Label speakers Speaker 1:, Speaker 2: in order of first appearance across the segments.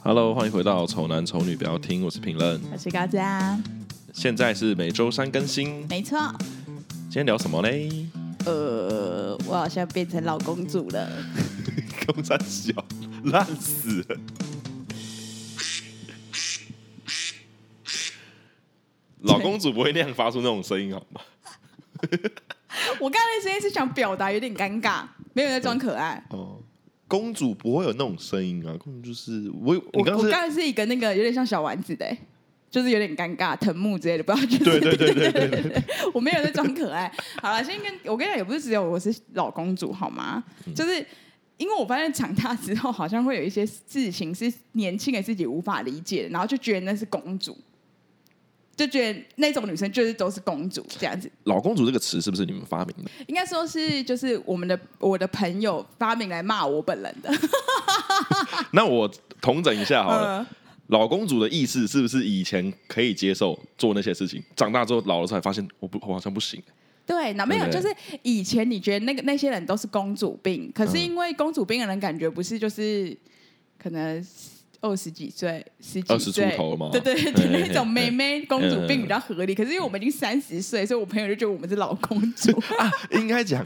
Speaker 1: Hello，欢迎回到《丑男丑女》，不要听，我是评论。
Speaker 2: 我是高子啊，
Speaker 1: 现在是每周三更新，
Speaker 2: 没错。
Speaker 1: 今天聊什 么嘞？
Speaker 2: 呃，我好像变成老公主了。
Speaker 1: 公山小烂死了。老公主不会那样发出那种声音，好吗？
Speaker 2: 我刚才那声音是想表达有点尴尬，没有在装可爱。
Speaker 1: 哦，公主不会有那种声音啊，公主就是我，
Speaker 2: 我
Speaker 1: 你刚
Speaker 2: 我
Speaker 1: 是
Speaker 2: 刚才是一个那个有点像小丸子的、欸就是有点尴尬，藤木之类的，不知道就是
Speaker 1: 对对对对对对，
Speaker 2: 我没有在装可爱。好了，先跟我跟你讲，也不是只有我是老公主好吗？
Speaker 1: 嗯
Speaker 2: 就是因为我发现长大之后，好像会有一些事情是年轻的自己无法理解的，然后就觉得那是公主，就觉得那种女生就是都是公主这样子。
Speaker 1: 老公主这个词是不是你们发明 的？
Speaker 2: 应该说是就是我们的我的朋友发明来骂我本人的。
Speaker 1: 那我统整一下好了。
Speaker 2: 嗯，
Speaker 1: 老公主的意思是不是以前可以接受做那些事情，长大之后老了才发现我不我好像不行？
Speaker 2: 对，那没有，
Speaker 1: 对
Speaker 2: 就
Speaker 1: 不
Speaker 2: 是以前你觉得那个那些人都是公主病，可是
Speaker 1: 嗯
Speaker 2: 因为公主病的人感觉不是就是可能二十几岁、十几
Speaker 1: 二十出
Speaker 2: 岁。
Speaker 1: 头了嘛？嗯
Speaker 2: 对对对
Speaker 1: 嘿嘿
Speaker 2: 对，
Speaker 1: 嘿
Speaker 2: 那种妹妹公主病比较合理。可是因为我们已经三十岁，所以我朋友就觉得我们是老公 主。
Speaker 1: 应该讲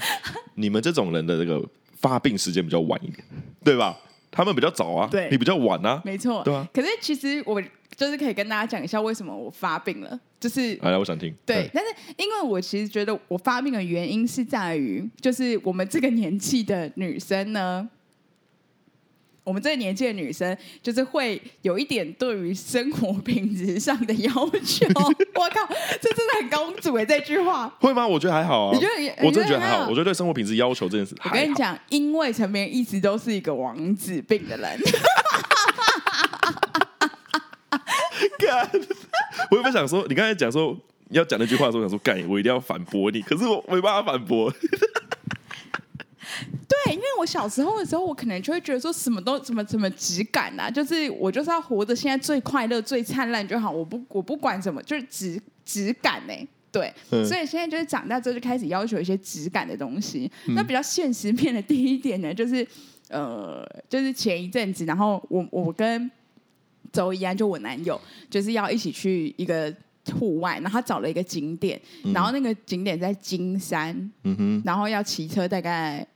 Speaker 1: 你们这种人的这个发病时间比较晚一点，对吧？他们比较早啊，
Speaker 2: 对
Speaker 1: 你比较晚啊，
Speaker 2: 没错，
Speaker 1: 对啊。
Speaker 2: 可是其实我就是可以跟大家讲一下为什么我发病了，就是
Speaker 1: 来，来我想听。
Speaker 2: 对，，但是因为我其实觉得我发病的原因是在于，就是我们这个年纪的女生呢，我们这个年纪的女生就是会有一点对于生活品质上的要 求。我靠，这真的很公主哎、这句话。
Speaker 1: 会吗？我觉得还好啊。
Speaker 2: 你觉得
Speaker 1: 我真的觉得
Speaker 2: 你
Speaker 1: 还好，我觉得对生活品质要求这件事
Speaker 2: 我
Speaker 1: 还
Speaker 2: 跟你
Speaker 1: 好。
Speaker 2: 讲，因为陈明一直都是一个王子病的人，
Speaker 1: 干，我原本想说，你刚才讲说要讲那句话的时候，想说干，我一定要反驳你，可是我没办法反驳。
Speaker 2: 对，因为我小时候的时候，我可能就会觉得说什么都什么什么质感啊，就是我就是要活着现在最快乐、最灿烂就好，我不我不管什么，就是质质感呢、对，
Speaker 1: 嗯
Speaker 2: 所以现在就是长大之后就开始要求一些质感的东西。那比较现实面的第一点呢，就是呃，就是前一阵子，然后我我跟周一安啊就我男友，就是要一起去一个户外，然后他找了一个景点，然后那个景点在金山，
Speaker 1: 嗯哼，
Speaker 2: 然后要骑车大概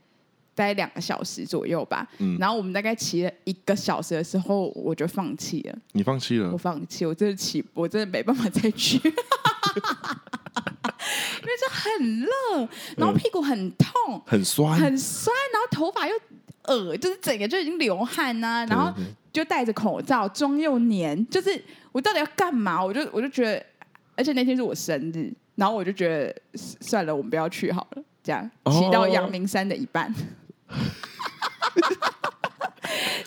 Speaker 2: 大概两个小时左右吧。
Speaker 1: 嗯
Speaker 2: 然后我们大概骑了一个小时的时候，我就放弃了，
Speaker 1: 你放弃了
Speaker 2: 我。放弃，我真的骑，我真的没办法再去。 因为这很热，然
Speaker 1: 嗯
Speaker 2: 后屁股很痛，
Speaker 1: 很酸，
Speaker 2: 很酸，然后头发又恶，就是整个就已经流汗呐、然后
Speaker 1: 对
Speaker 2: 就戴着口罩，妆又黏，就是我到底要干嘛？我就我就觉得，而且那天是我生日，然后我就觉得算了，我们不要去好了，这样
Speaker 1: 哦
Speaker 2: 骑到阳明山的一半。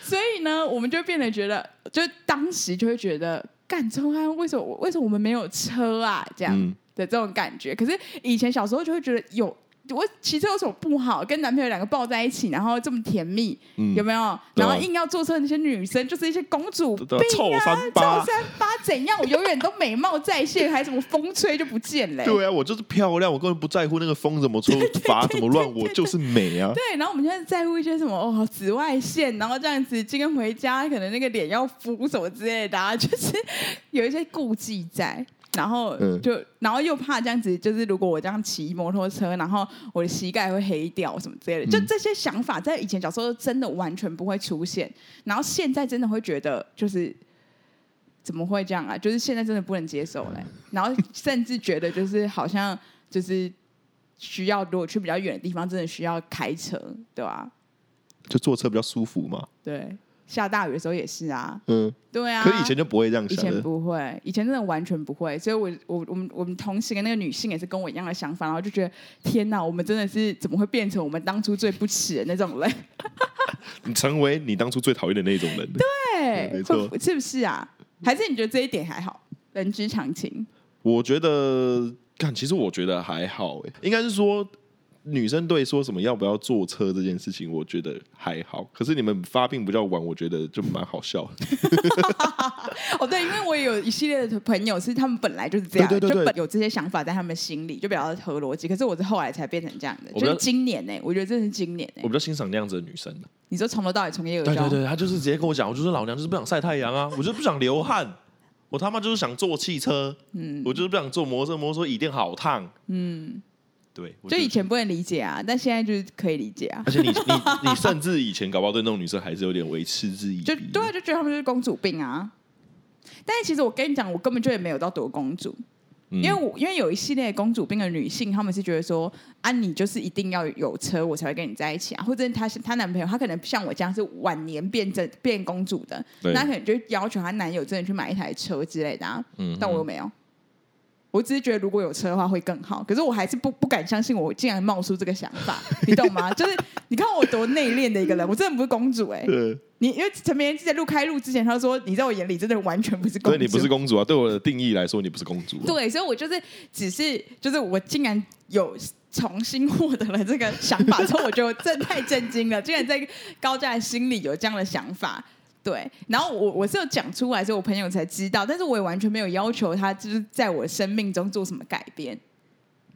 Speaker 2: 所以呢，我们就变得觉得，就当时就会觉得，干中安为什么我为什么我们没有车啊？这样、
Speaker 1: 嗯
Speaker 2: 的这种感觉。可是以前小时候就会觉得有我骑车有什么不好？跟男朋友两个抱在一起，然后这么甜蜜，
Speaker 1: 嗯
Speaker 2: 有没有？
Speaker 1: 对
Speaker 2: 然
Speaker 1: 啊
Speaker 2: 后硬要坐车的那些女生，就是一些公主病
Speaker 1: 对啊，臭
Speaker 2: 啊
Speaker 1: 三八
Speaker 2: 臭三八怎样？我永远都美貌在线，还什么风吹就不见嘞、
Speaker 1: 对啊，我就是漂亮，我根本不在乎那个风怎么 吹，法怎么乱，我就是美啊。
Speaker 2: 对，然后我们现在在乎一些什么哦，紫外线，然后这样子今天回家可能那个脸要敷什么之类的、啊， 就是有一些顾忌在。然后
Speaker 1: 嗯
Speaker 2: 就，然后又怕这样子，就是如果我这样骑摩托车，然后我的膝盖会黑掉什么之类的，就
Speaker 1: 嗯
Speaker 2: 这些想法在以前小时候真的完全不会出现，然后现在真的会觉得就是怎么会这样啊？就是现在真的不能接受 嘞、然后甚至觉得就是好像就是需要，如果去比较远的地方，真的需要开车，对吧、
Speaker 1: 就坐车比较舒服嘛。
Speaker 2: 对，下大雨的时候也是啊，
Speaker 1: 嗯，
Speaker 2: 对啊。
Speaker 1: 可以前就不会这样
Speaker 2: 以
Speaker 1: 想
Speaker 2: 前
Speaker 1: 的。
Speaker 2: 不会，以前真的完全不会，所以我我我们我们同行的那个女性也是跟我一样的想法，然后就觉得天哪，我们真的是怎么会变成我们当初最不耻的那种人？
Speaker 1: 你成为你当初最讨厌的那种人。
Speaker 2: 对，
Speaker 1: 没错
Speaker 2: 会是不是啊？还是你觉得这一点还好，人之常情？
Speaker 1: 我觉得，看，其实我觉得还好、欸，应该是说女生对说什么要不要坐车这件事情，我觉得还好。可是你们发病比较晚，我觉得就蛮好笑的。
Speaker 2: 哦，对，因为我有一系列的朋友是他们本来就是这样，
Speaker 1: 对对对对
Speaker 2: 就本有这些想法在他们心里，就比较合逻辑。可是我是后来才变成这样的，
Speaker 1: 我
Speaker 2: 就
Speaker 1: 比
Speaker 2: 是
Speaker 1: 较
Speaker 2: 今年呢、我觉得这是今年呢、
Speaker 1: 我比较欣赏那样子的女生。
Speaker 2: 你说从头到尾从业有
Speaker 1: 对
Speaker 2: 交
Speaker 1: 对，对，她就是直接跟我讲，我就说老娘就是不想晒太阳 啊，我就是不想流汗，我他妈就是想坐汽车，嗯，我就是不想坐摩托车，摩托车椅垫好烫，嗯，对，我
Speaker 2: 就
Speaker 1: 觉
Speaker 2: 以
Speaker 1: 得
Speaker 2: 前不能理解啊，但现在就是可以理解啊。
Speaker 1: 而 且你你你甚至以前搞不好对那种女生还是有点为嗤之以鼻，
Speaker 2: 就对啊，就觉得他们就是公主病啊。但是其实我跟你讲，我根本就也没有到多公主，
Speaker 1: 嗯
Speaker 2: 因为我因为有一系列公主病的女性，她们是觉得说啊，你就是一定要有车，我才会跟你在一起啊，或者她是她男朋友，她可能像我这样是晚年变真变公主的，
Speaker 1: 对
Speaker 2: 那她可能就要求她男友真的去买一台车之类的、啊，
Speaker 1: 嗯
Speaker 2: 但我又没有。我只是觉得如果有车的话会更好，可是我还是不不敢相信我竟然冒出这个想法，你懂吗？ 就是你看我多内敛的一个人，我真的不是公主哎、
Speaker 1: 对，
Speaker 2: 你因为陈明在录开录之前，他说你在我眼里真的完全不是公
Speaker 1: 所
Speaker 2: 主，
Speaker 1: 以你不是公主啊，对我的定义来说，你不是公主、啊，
Speaker 2: 对，所以我就是只是就是我竟然有重新获得了这个想法之后，我就真的太震惊了，竟然在高嘉的心里有这样的想法。对，然后我我是有讲出来，所以我朋友才知道，但是我也完全没有要求他就是在我生命中做什么改变。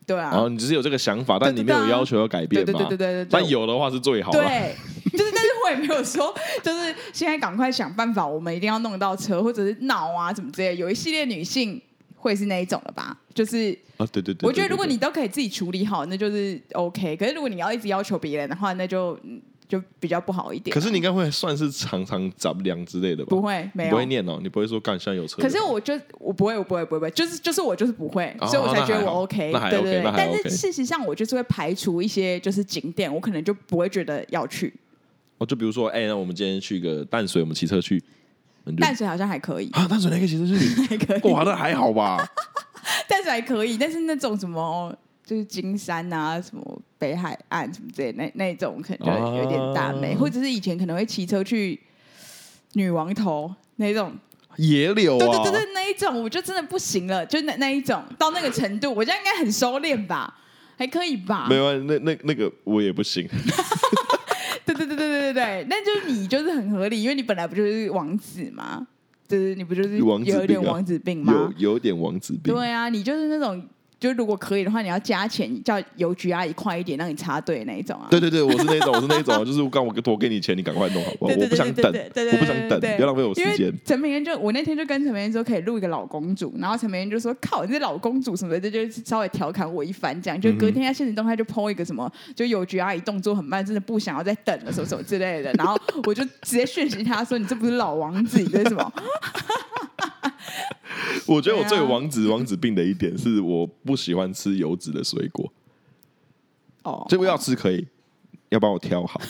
Speaker 2: 对啊，
Speaker 1: 然哦后你只是有这个想法，但
Speaker 2: 对
Speaker 1: 你
Speaker 2: 对
Speaker 1: 没
Speaker 2: 对啊
Speaker 1: 有要求要改变
Speaker 2: 对
Speaker 1: 嘛，
Speaker 2: 对对对对对，
Speaker 1: 但有的话是最好啊了，
Speaker 2: 对，就是，但是我也没有说，就是现在赶快想办法，我们一定要弄到车，或者是闹啊，怎么之类的。有一系列女性会是那一种了吧？就是
Speaker 1: 啊，对对对，
Speaker 2: 我觉得
Speaker 1: 对
Speaker 2: 如果
Speaker 1: 对
Speaker 2: 你都可以自己处理好，那就是 OK。可是如果你要一直要求别人的话，那就嗯就比较不好一点。
Speaker 1: 可是你应该会算是常常杂粮之类的吧？
Speaker 2: 不会
Speaker 1: 你
Speaker 2: 没有
Speaker 1: 不会念哦，你不会说干现在有车了，
Speaker 2: 可是我就我不会，我不会，不会，不会，就是就是我就是不会，
Speaker 1: 哦
Speaker 2: 所以我才觉得
Speaker 1: 那还
Speaker 2: 我
Speaker 1: 好
Speaker 2: OK，
Speaker 1: 那还
Speaker 2: 对
Speaker 1: OK，
Speaker 2: 对对
Speaker 1: 那。还
Speaker 2: 但
Speaker 1: OK
Speaker 2: 是事实上，我就是会排除一些就是景点，我可能就不会觉得要去。
Speaker 1: 哦，就比如说，哎、那我们今天去个淡水，我们骑车去，你就
Speaker 2: 淡水好像还可以，
Speaker 1: 啊，淡水那个骑车去，
Speaker 2: 还可以。
Speaker 1: 哇，那还好 吧？
Speaker 2: 但是还可以，但是那种什么就是金山啊，什么北海岸什么之类，那那种可能就有点大美，
Speaker 1: 啊
Speaker 2: 或者是以前可能会骑车去女王头那种，
Speaker 1: 野柳啊，
Speaker 2: 对对对对，那一种我就真的不行了，就那那一种到那个程度，我现在应该很收敛吧。还可以吧，
Speaker 1: 没
Speaker 2: 对
Speaker 1: 有啊，那那那个我也不行，
Speaker 2: 对对对对对对，那就是你就是很合理，因为你本来不就是王子嘛，就是你不就是
Speaker 1: 王子
Speaker 2: 有一点
Speaker 1: 病啊
Speaker 2: 王子病吗？
Speaker 1: 有有点王子病。
Speaker 2: 对啊，你就是那种，就如果可以的话，你要加钱叫邮局阿姨快一点让你插队那一种啊。
Speaker 1: 对对对，我是那种，我是那种，就是我刚我多给你钱，你赶快弄好不好？我
Speaker 2: 对
Speaker 1: 不
Speaker 2: 对对
Speaker 1: 想
Speaker 2: 对
Speaker 1: 等，
Speaker 2: 对对对
Speaker 1: 我不想等，
Speaker 2: 对对对
Speaker 1: 不要浪费我时
Speaker 2: 因为
Speaker 1: 间。
Speaker 2: 陈明恩就我那天就跟陈明恩说可以录一个老公主，然后陈明恩就说靠你这老公主什么的，就就稍微调侃我一番，这样
Speaker 1: 嗯
Speaker 2: 就隔天他现实动态就 PO 一个什么，就邮局阿姨动作很慢，真的不想要再等了什么什么之类的，然后我就直接讯息他说你这不是老王子，你这是什 么？
Speaker 1: 我觉得我
Speaker 2: 对
Speaker 1: 最
Speaker 2: 啊
Speaker 1: 王子王子病的一点是，我不喜欢吃油脂的水果，
Speaker 2: 哦，
Speaker 1: 这个要吃可以，要帮我挑好。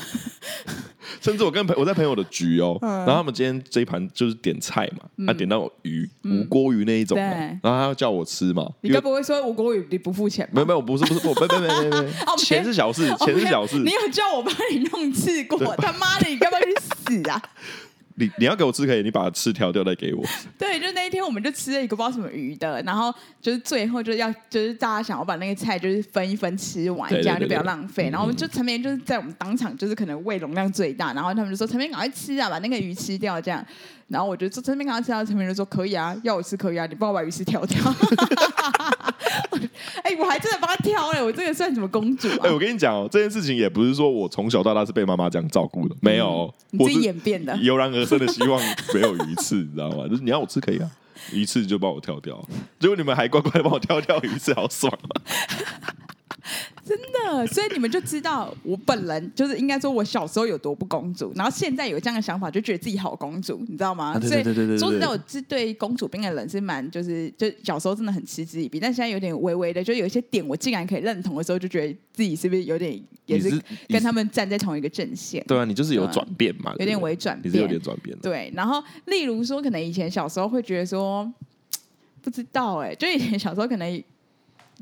Speaker 1: 甚至我跟朋我在朋友的局哦，然后他们今天这一盘就是点菜嘛，他、点到鱼，无锅鱼那一种的，
Speaker 2: 对
Speaker 1: 然后他要叫我吃嘛，
Speaker 2: 你
Speaker 1: 因为
Speaker 2: 该不会说我国语你不付钱
Speaker 1: 没
Speaker 2: 吧
Speaker 1: 有？没有，不是不是，我没没没没没
Speaker 2: 哦，没
Speaker 1: 钱是小事，钱是小事，
Speaker 2: 你有叫我帮你弄 刺过？他妈的，你干嘛去死啊？
Speaker 1: 你你要给我吃可以，你把吃调掉再给我，
Speaker 2: 对，就那一天我们就吃了一个不知道什么鱼的，然后就是最后就要就是大家想要把那个菜就是分一分吃完，
Speaker 1: 对对
Speaker 2: 这样
Speaker 1: 对
Speaker 2: 就
Speaker 1: 对嗯
Speaker 2: 不要浪费。然后我们就陈明就是在我们当场就是可能胃容量最大，然后他们就说陈明赶快吃啊，把那个鱼吃掉这样。然后我就说陈明赶快吃啊，陈明就说可以啊，要我吃可以啊，你帮我把鱼吃挑掉。 哎、我还真的帮他挑嘞、欸我这个算什么公主
Speaker 1: 哎、
Speaker 2: 啊？
Speaker 1: 我跟你讲哦，这件事情也不是说我从小到大是被妈妈这样照顾的，没有哦，
Speaker 2: 嗯你
Speaker 1: 我
Speaker 2: 自己
Speaker 1: 是
Speaker 2: 演变的。
Speaker 1: 油然而生的希望没有鱼刺，你知道吗？就是你要我吃可以啊，鱼刺就帮我挑掉，结果你们还乖乖地帮我挑掉鱼刺，好爽啊！
Speaker 2: 的，所以你们就知道我本人就是应该说，我小时候有多不公主，然后现在有这样的想法，就觉得自己好公主，你知道吗？
Speaker 1: 啊对对对对对对
Speaker 2: 所以说实在，我是对公主病的人是蛮就是就小时候真的很嗤之以鼻，但现在有点微微的，就有一些点我竟然可以认同的时候，就觉得自己是不是有点也
Speaker 1: 你
Speaker 2: 是
Speaker 1: 你
Speaker 2: 跟他们站在同一个阵线，
Speaker 1: 对啊，你就是有
Speaker 2: 对啊
Speaker 1: 转变嘛，
Speaker 2: 有
Speaker 1: 对
Speaker 2: 点
Speaker 1: 不对
Speaker 2: 微转
Speaker 1: 呃你是有
Speaker 2: 变
Speaker 1: 点。转变的。
Speaker 2: 对，然后例如说，可能以前小时候会觉得说，不知道哎、就以前小时候可能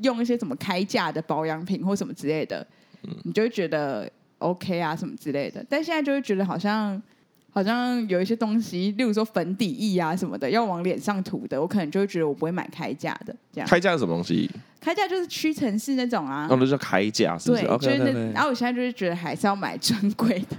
Speaker 2: 用一些什么开价的保养品或什么之类的，
Speaker 1: 嗯
Speaker 2: 你就会觉得 OK 啊什么之类的，但现在就会觉得好像。好像有一些东西，例如说粉底液啊什么的，要往脸上涂的，我可能就会觉得我不会买开价的这样。
Speaker 1: 开价是什么东西？
Speaker 2: 开价就是屈臣氏那种啊
Speaker 1: 然，后那就叫铠甲，哦是不啊是，
Speaker 2: 对就
Speaker 1: ？OK
Speaker 2: 是
Speaker 1: OK
Speaker 2: 那。啊然
Speaker 1: OK。
Speaker 2: 后我现在就是觉得还是要买专柜 的。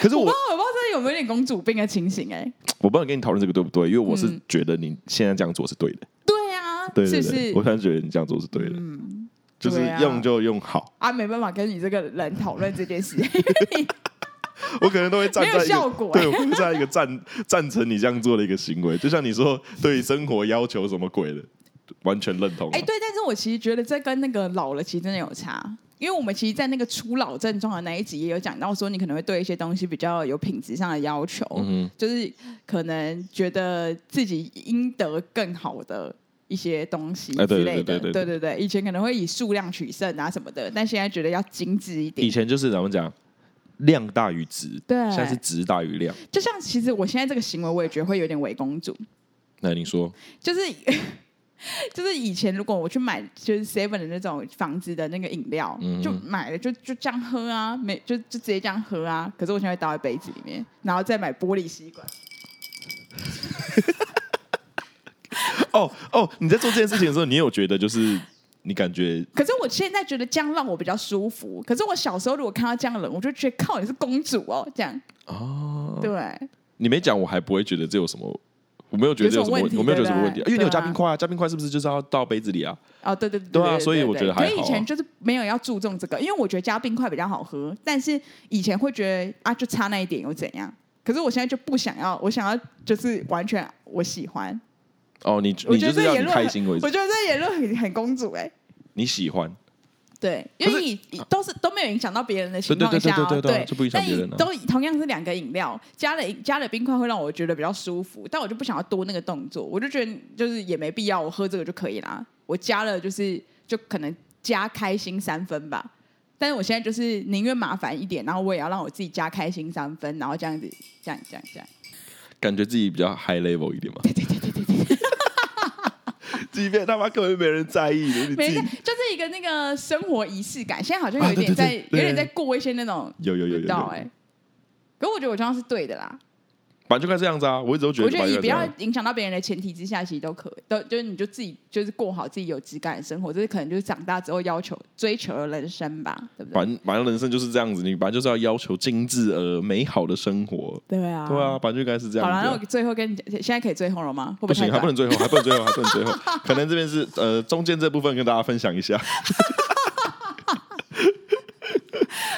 Speaker 1: 可是
Speaker 2: 我不
Speaker 1: 我
Speaker 2: 知道，我不知道这有没有点公主病的情形哎、
Speaker 1: 我不能跟你讨论这个对不对，因为我是
Speaker 2: 嗯
Speaker 1: 觉得你现在这样做是对的，
Speaker 2: 对啊，
Speaker 1: 对对
Speaker 2: 是不
Speaker 1: 对，
Speaker 2: 是？
Speaker 1: 我现在觉得你这样做是对的，
Speaker 2: 嗯，
Speaker 1: 就是
Speaker 2: 对啊
Speaker 1: 用就用好，
Speaker 2: 啊，没办法跟你这个人讨论这 件事，
Speaker 1: 我可能都会站
Speaker 2: 没有
Speaker 1: 在一
Speaker 2: 效
Speaker 1: 个。
Speaker 2: 果、
Speaker 1: 对，我会在一个赞赞成你这样做的一个行为，就像你说对生活要求什么鬼的，完全认同啊。
Speaker 2: 哎、对，但是我其实觉得这跟那个老了其实真的有差，因为我们其实，在那个初老症状的那一集也有讲到说，你可能会对一些东西比较有品质上的要求，
Speaker 1: 嗯
Speaker 2: 就是可能觉得自己应得更好的。一些东西
Speaker 1: 哎对
Speaker 2: 之类
Speaker 1: 对
Speaker 2: 的，
Speaker 1: 对对
Speaker 2: 对
Speaker 1: 对
Speaker 2: 对对，以前可能会以数量取胜啊什么的，但现在觉得要精致一
Speaker 1: 以
Speaker 2: 点。
Speaker 1: 前就是怎么讲，量大于值，
Speaker 2: 对，
Speaker 1: 现在是值大于量。
Speaker 2: 就像其实我现在这个行为，我也觉得会有点伪公主，
Speaker 1: 那你说，
Speaker 2: 就是 就是以前如果我去买就是 seven 的那种房子的那个饮料，
Speaker 1: 嗯
Speaker 2: 就买了就就这样喝啊，没就就直接这样喝啊。可是我现在会倒在杯子里面，然后再买玻璃吸管。
Speaker 1: 哦哦，你在做这件事情的时候，你有觉得就是你感觉
Speaker 2: 可是我现在觉得这样让我比较舒服。可是我小时候如果看到这样的人，我就觉得靠你是公主哦，这样
Speaker 1: 哦，
Speaker 2: 对。
Speaker 1: 你没讲，我还不会觉得这有什么，我没有觉得这有什么
Speaker 2: 有
Speaker 1: 问
Speaker 2: 什么问题
Speaker 1: 我没有觉得什么问题，
Speaker 2: 对不对
Speaker 1: 因为你有
Speaker 2: 对啊
Speaker 1: 加冰块啊，加冰块是不是就是要倒杯子里啊？
Speaker 2: 哦，对对对
Speaker 1: 对啊所以我觉得还
Speaker 2: 可以以
Speaker 1: 好啊
Speaker 2: 前就是没有要注重这个，因为我觉得加冰块比较好喝，但是以前会觉得啊，就差那一点又怎样？可是我现在就不想要，我想要就是完全我喜欢，
Speaker 1: 哦，你
Speaker 2: 我
Speaker 1: 你
Speaker 2: 觉
Speaker 1: 就
Speaker 2: 得
Speaker 1: 是
Speaker 2: 这
Speaker 1: 要
Speaker 2: 言
Speaker 1: 你
Speaker 2: 论
Speaker 1: 开心为
Speaker 2: 很，我
Speaker 1: 止，
Speaker 2: 觉得这言论很很公主哎、
Speaker 1: 你喜欢，
Speaker 2: 对，因
Speaker 1: 可
Speaker 2: 为
Speaker 1: 是啊
Speaker 2: 以以都是都没有影响到别人的情
Speaker 1: 对对
Speaker 2: 况
Speaker 1: 对对
Speaker 2: 下、哦，
Speaker 1: 对对对啊就不影响
Speaker 2: 但
Speaker 1: 别
Speaker 2: 以
Speaker 1: 人啊
Speaker 2: 都以同样是两个饮料，加了饮加了冰块会让我觉得比较舒服，但我就不想要多那个动作，我就觉得就是也没必要，我喝这个就可以啦。我加了就是就可能加开心三分吧，但是我现在就是宁愿麻烦一点，然后我也要让我自己加开心三分，然后这样子，这样这样这样，
Speaker 1: 感觉自己比较 high level 一点嘛？对对对对对。 即便他妈根本就没人在意，你自
Speaker 2: 没
Speaker 1: 己
Speaker 2: 事，就是一个那个生活仪式感。现在好像
Speaker 1: 啊
Speaker 2: 有一点
Speaker 1: 对对
Speaker 2: 在，
Speaker 1: 对
Speaker 2: 有点
Speaker 1: 对
Speaker 2: 在过一些那种
Speaker 1: 有有有有
Speaker 2: 不
Speaker 1: 有
Speaker 2: 到哎、可我觉得我这样是对的啦。
Speaker 1: 反正就该这样子啊！我一直都觉得，
Speaker 2: 我觉得以不
Speaker 1: 这
Speaker 2: 要
Speaker 1: 样。
Speaker 2: 影响到别人的前提之下，其实都可以，都就是你就自己就是过好自己有质感的生活，这是可能就是长大之后要求追求的人生吧，对不对？
Speaker 1: 反正反正人生就是这样子，你反正就是要要求精致而美好的生活，
Speaker 2: 对啊，
Speaker 1: 对啊，。反正就该是这样
Speaker 2: 好了，
Speaker 1: 子
Speaker 2: 那
Speaker 1: 啊
Speaker 2: 我。最后跟你讲，现在可以最后了吗？
Speaker 1: 不
Speaker 2: 会会太
Speaker 1: 行，还不能
Speaker 2: 短
Speaker 1: 最后，还不能最后，还不能最后。 可能这边是呃中间这部分跟大家分享一下。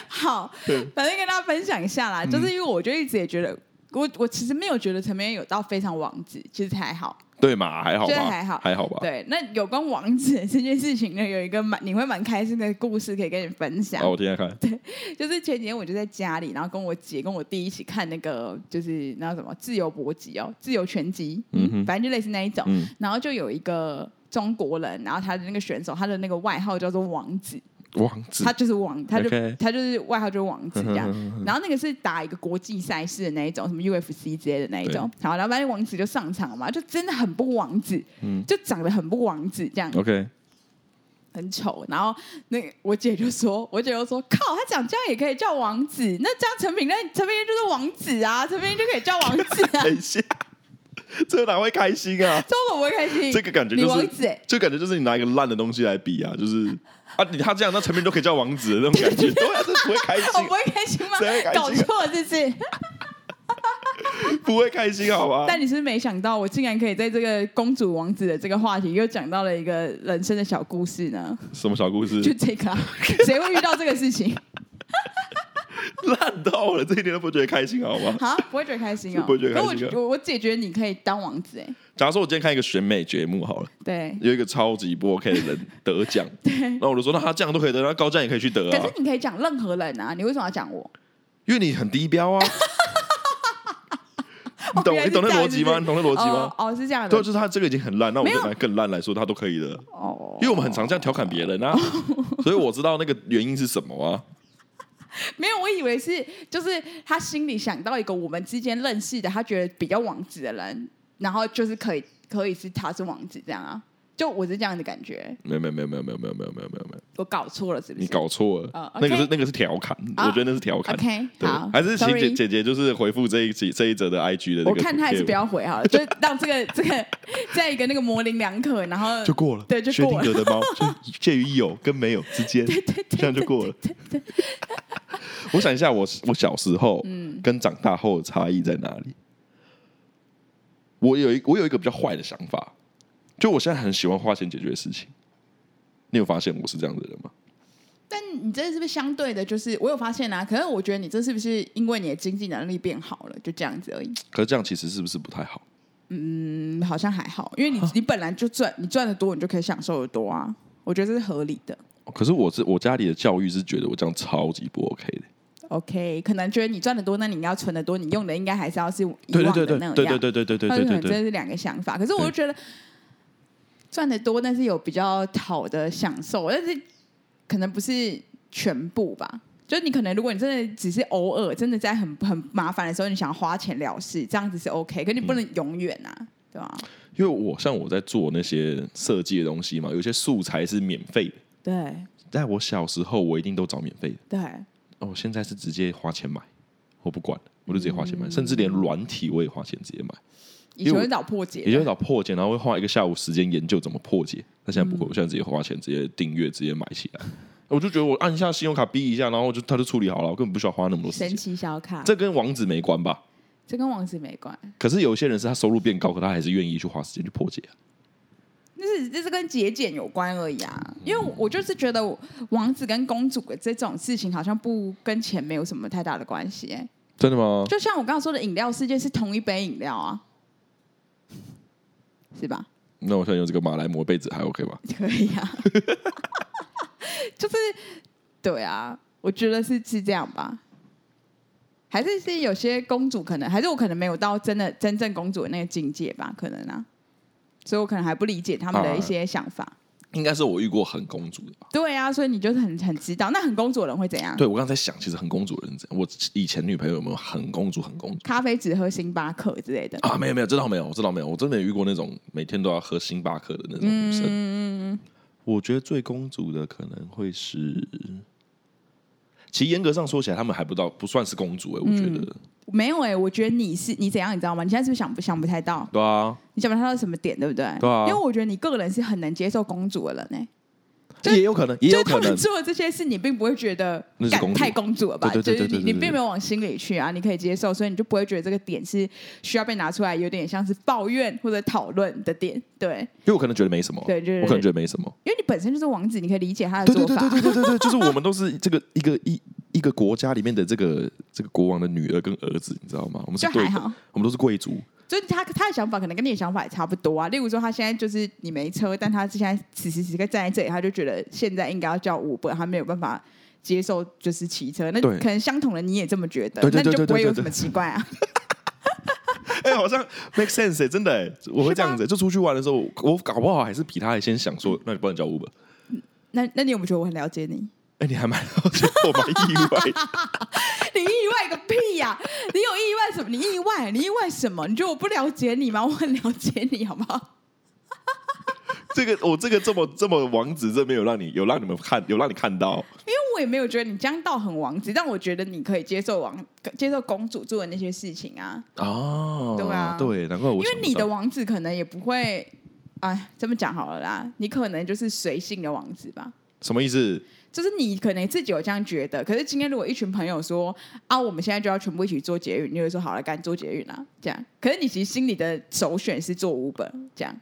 Speaker 2: 好，
Speaker 1: 嗯
Speaker 2: 反正跟大家分享一下啦，就是因为我就一直也觉得，我我其实没有觉得陈明有到非常王子，其实还好。
Speaker 1: 对嘛，还好
Speaker 2: 觉得
Speaker 1: 吧，
Speaker 2: 还好
Speaker 1: 还好吧。
Speaker 2: 对，那有关王子这件事情呢，有一个蛮你会蛮开心的故事可以跟你分享。
Speaker 1: 哦好，我听听看。
Speaker 2: 就是前几天我就在家里，然后跟我姐跟我弟一起看那个，就是那叫什么自由搏击哦，自由拳击，
Speaker 1: 嗯
Speaker 2: 嗯，
Speaker 1: 哼
Speaker 2: 反正就类似那一种。
Speaker 1: 嗯
Speaker 2: 然后就有一个中国人，然后他的那个选手，他的那个外号叫做王子，
Speaker 1: 王子
Speaker 2: 他，就是王，他就
Speaker 1: OK 嗯
Speaker 2: 他就是外号就是王子这样。然后那个是打一个国际赛事的那一种，什么 UFC 之类的那一种。好，然后反正王子就上场了嘛，就真的很不王子，
Speaker 1: 嗯
Speaker 2: 就长得很不王子这样。
Speaker 1: OK，
Speaker 2: 很丑，然后那个我姐就说，我姐就说，靠，他长这样也可以叫王子，那这样陈品任，陈品任就是王子啊，陈品任就可以叫王子 啊，
Speaker 1: 等一下， 这哪会开心啊？
Speaker 2: 这我不会开心。
Speaker 1: 这个感觉
Speaker 2: 你
Speaker 1: 就
Speaker 2: 王
Speaker 1: 是
Speaker 2: 子、欸，
Speaker 1: 就感觉就是你拿一个烂的东西来比啊， 就是啊，你他这样，那陈明都可以叫王子的那种感 觉，对啊，这不会开
Speaker 2: 哦我
Speaker 1: 心
Speaker 2: 不，会开心吗？
Speaker 1: 谁会开心啊
Speaker 2: 搞错了是不是？
Speaker 1: 不会开心， 好吧？
Speaker 2: 但你是不是没想到，我竟然可以在这个公主王子的这个话题，又讲到了一个人生的小故事呢？
Speaker 1: 什么小故事
Speaker 2: 就？这 个、啊，谁会遇到这个事情？
Speaker 1: 烂透了，这一点都不觉得开心，好 吧？
Speaker 2: 啊，不会觉得开心哦、
Speaker 1: 不会觉得开心啊
Speaker 2: 可我我我姐觉得你可以当王子哎、
Speaker 1: 假如说我今天看一个选美节目好了，
Speaker 2: 对。
Speaker 1: 有一个超级不 OK 的人得 奖，那我就说，那他这样都可以得，那高赞也可以去得
Speaker 2: 可
Speaker 1: 啊
Speaker 2: 是，你可以讲任何人啊，你为什么要讲我？
Speaker 1: 因为你很低标 啊。你懂
Speaker 2: 原来
Speaker 1: 你
Speaker 2: 是
Speaker 1: 懂那
Speaker 2: 这样
Speaker 1: 逻辑
Speaker 2: 是不
Speaker 1: 吗？
Speaker 2: 是
Speaker 1: 你懂那逻辑吗？
Speaker 2: 哦？哦，是这样
Speaker 1: 对，啊
Speaker 2: 的
Speaker 1: 就。是他这个已经很烂，那我
Speaker 2: 没
Speaker 1: 就
Speaker 2: 有
Speaker 1: 拿更烂来说，他都可以的。
Speaker 2: 哦
Speaker 1: 因为我们很常这样调侃别人 啊，所以我知道那个原因是什么啊。
Speaker 2: 没有，我以为是就是他心里想到一个我们之间认识的，他觉得比较王子的人，然后就是可以可以是他是王子这样啊。就我是这样的感觉，
Speaker 1: 没有没有没有没有没有没有没有没有没有没有，
Speaker 2: 我搞错了是不
Speaker 1: 你
Speaker 2: 是
Speaker 1: 搞错了
Speaker 2: 哦，
Speaker 1: 那个是
Speaker 2: OK
Speaker 1: 那个是调侃，
Speaker 2: 哦
Speaker 1: 我觉得那是调侃。
Speaker 2: ？OK，
Speaker 1: 对
Speaker 2: 好，，
Speaker 1: 还是请
Speaker 2: sorry
Speaker 1: 姐姐姐就是回复这一集这一则的 IG 的那
Speaker 2: 我
Speaker 1: 个
Speaker 2: 看他还
Speaker 1: 贴
Speaker 2: 是
Speaker 1: 文
Speaker 2: 不要回好 了，就让这个这个在一个那个模棱两可，然后
Speaker 1: 就过了，
Speaker 2: 对就
Speaker 1: 薛
Speaker 2: 过
Speaker 1: 定谔的猫，就介于有跟没有之间，
Speaker 2: 对 对
Speaker 1: 这
Speaker 2: 对
Speaker 1: 样就过了。 我想一下我，我小时候
Speaker 2: 嗯
Speaker 1: 跟长大后的差异在哪里？我有一我有一个比较坏的想法，就我现在很喜欢花钱解决事情。你有发现我是这样的人吗？
Speaker 2: 但你这是不是相对的？就是我有发现啊，可是我觉得你这是不是因为你的经济能力变好了，就这样子而已？
Speaker 1: 可是这样其实是不是不太好？
Speaker 2: 嗯，好像还好，因为你你本来就赚，你赚的多，你就可以享受的多啊。我觉得这是合理的。
Speaker 1: 哦可是我是我家里的教育是觉得我这样超级不 OK 的。
Speaker 2: OK，可能觉得你赚的多，那你应该要存的多，你用的应该还是要是以往
Speaker 1: 对对
Speaker 2: 的
Speaker 1: 对
Speaker 2: 那
Speaker 1: 对
Speaker 2: 样。
Speaker 1: 对对对对对对对
Speaker 2: 这
Speaker 1: 对。
Speaker 2: 是两个想法。可是我
Speaker 1: 对
Speaker 2: 就觉得赚的多，但是有比较好的享受，但是可能不是全部吧。就是你可能，如果你真的只是偶尔，真的在很很麻烦的时候，你想要花钱了事，这样子是 OK，可你不能永远啊，对吧？
Speaker 1: 因为我像我在做那些设计的东西嘛，有些素材是免费的，
Speaker 2: 对
Speaker 1: 在我小时候我一定都找免费的。
Speaker 2: 对，
Speaker 1: 哦，我现在是直接花钱买，我不管，我就直接花
Speaker 2: 嗯
Speaker 1: 钱买，甚至连软体我也花钱直接买，
Speaker 2: 以
Speaker 1: 因为
Speaker 2: 前
Speaker 1: 我
Speaker 2: 会找破解的，
Speaker 1: 也就是找破解，然后会花一个下午时间研究怎么破解。那现在
Speaker 2: 嗯
Speaker 1: 不会，我现在直接花钱，直接订阅，直接买起来。我就觉得我按一下信用卡逼一下，然后我就它就处理好了，我根本不需要花那么多时
Speaker 2: 神
Speaker 1: 间。
Speaker 2: 奇啊小卡，这
Speaker 1: 这跟网址没关吧？
Speaker 2: 这跟王子没关，
Speaker 1: 可是有些人是他收入变高，可他还是愿意去花时间去破解啊、
Speaker 2: 那是这是跟节俭有关而已啊。因为我就是觉得我王子跟公主的这种事情好像不跟钱没有什么太大的关系、欸，
Speaker 1: 真的吗？
Speaker 2: 就像我刚刚说的，饮料世界是同一杯饮料啊， 是吧？
Speaker 1: 那我现在用这个马来磨被子还 OK 吧？
Speaker 2: 可以啊，就是对啊，我觉得是是这样吧。还是是有些公主可能，还是我可能没有到真的真正公主的那个境界吧，可能啊，所以我可能还不理解他们的一些想法。
Speaker 1: 应该是我遇过很公主的吧？
Speaker 2: 对啊，所以你就是很很知道，那很公主的人会怎样？
Speaker 1: 对我刚才想，其实很公主的人是这样，我以前女朋友有没有很公主、很公主？
Speaker 2: 咖啡只喝星巴克之类的。
Speaker 1: 啊，没有没有，这倒没有，我这倒没有，我真的没遇过那种每天都要喝星巴克的那种女生。我觉得最公主的可能会是，其实严格上说起来，她们还不到不算是公主哎、我觉得，
Speaker 2: 没有哎、我觉得你是你怎样，你知道吗？你现在是不是想不想不太到？
Speaker 1: 对啊，
Speaker 2: 你想不想到什么点，对不对？
Speaker 1: 对啊
Speaker 2: 因为我觉得你个人是很能接受公主的人呢、就
Speaker 1: 也有可能，也有
Speaker 2: 就
Speaker 1: 可
Speaker 2: 他
Speaker 1: 能
Speaker 2: 们，做的这些事，你并不会觉得
Speaker 1: 那是
Speaker 2: 干
Speaker 1: 公主
Speaker 2: 太公主了吧？
Speaker 1: 对对对对
Speaker 2: 就
Speaker 1: 对
Speaker 2: 是
Speaker 1: 对
Speaker 2: 你
Speaker 1: 对
Speaker 2: 你并没有往心里去啊，你可以接受，所以你就不会觉得这个点是需要被拿出来，有点像是抱怨或者讨论的点。对，
Speaker 1: 因为我可能觉得没什么，
Speaker 2: 对就是
Speaker 1: 我可能觉得没什么，
Speaker 2: 因为你本身就是王子，你可以理解他的
Speaker 1: 对
Speaker 2: 做
Speaker 1: 对
Speaker 2: 法。
Speaker 1: 对对对对对对，就是我们都是这个一个一一个国家里面的这个这个国王的女儿跟儿子，你知道吗？我们是
Speaker 2: 就
Speaker 1: 对
Speaker 2: 还好，
Speaker 1: 我们都是贵族，
Speaker 2: 就是他他的想法可能跟你的想法也差不多啊。例如说，他现在就是你没车，但他现在此时此刻站在这里，他就觉得现在应该要叫 Uber，他没有办法接受就是骑车。那
Speaker 1: 对
Speaker 2: 可能相同的你也这么觉得
Speaker 1: 对，对
Speaker 2: 那
Speaker 1: 对
Speaker 2: 你
Speaker 1: 对
Speaker 2: 就不会
Speaker 1: 对对
Speaker 2: 有什么奇怪啊。
Speaker 1: 哎、好像 make sense 哎、真的哎、我会这样子、就出去玩的时候，我搞不好还是比他还先想说，那你不能叫 Uber。
Speaker 2: 那那你有没有觉得我很了解你？
Speaker 1: 哎、你还蛮 了解我蛮意外的，
Speaker 2: 你意外个屁呀、你有意外什么？你意外？你意外什么？你觉得我不了解你吗？我很了解你，好不好？
Speaker 1: 这个哦我这个这么这么王子，这没有让你有让你们看，有让你看到，
Speaker 2: 因为我也没有觉得你这样到很王子，但我觉得你可以接受王接受公主做的那些事情啊，
Speaker 1: 哦，
Speaker 2: 对啊
Speaker 1: 对，难怪我
Speaker 2: 因为
Speaker 1: 想不
Speaker 2: 你的
Speaker 1: 到
Speaker 2: 王子可能也不会， 哎，这么讲好了啦，你可能就是随性的王子吧。
Speaker 1: 什么意思？
Speaker 2: 就是你可能自己有这样觉得，可是今天如果一群朋友说啊，我们现在就要全部一起做捷运，你就会说好了，干做捷运啊，这样。可是你其实心里的首选是做 Uber，这样。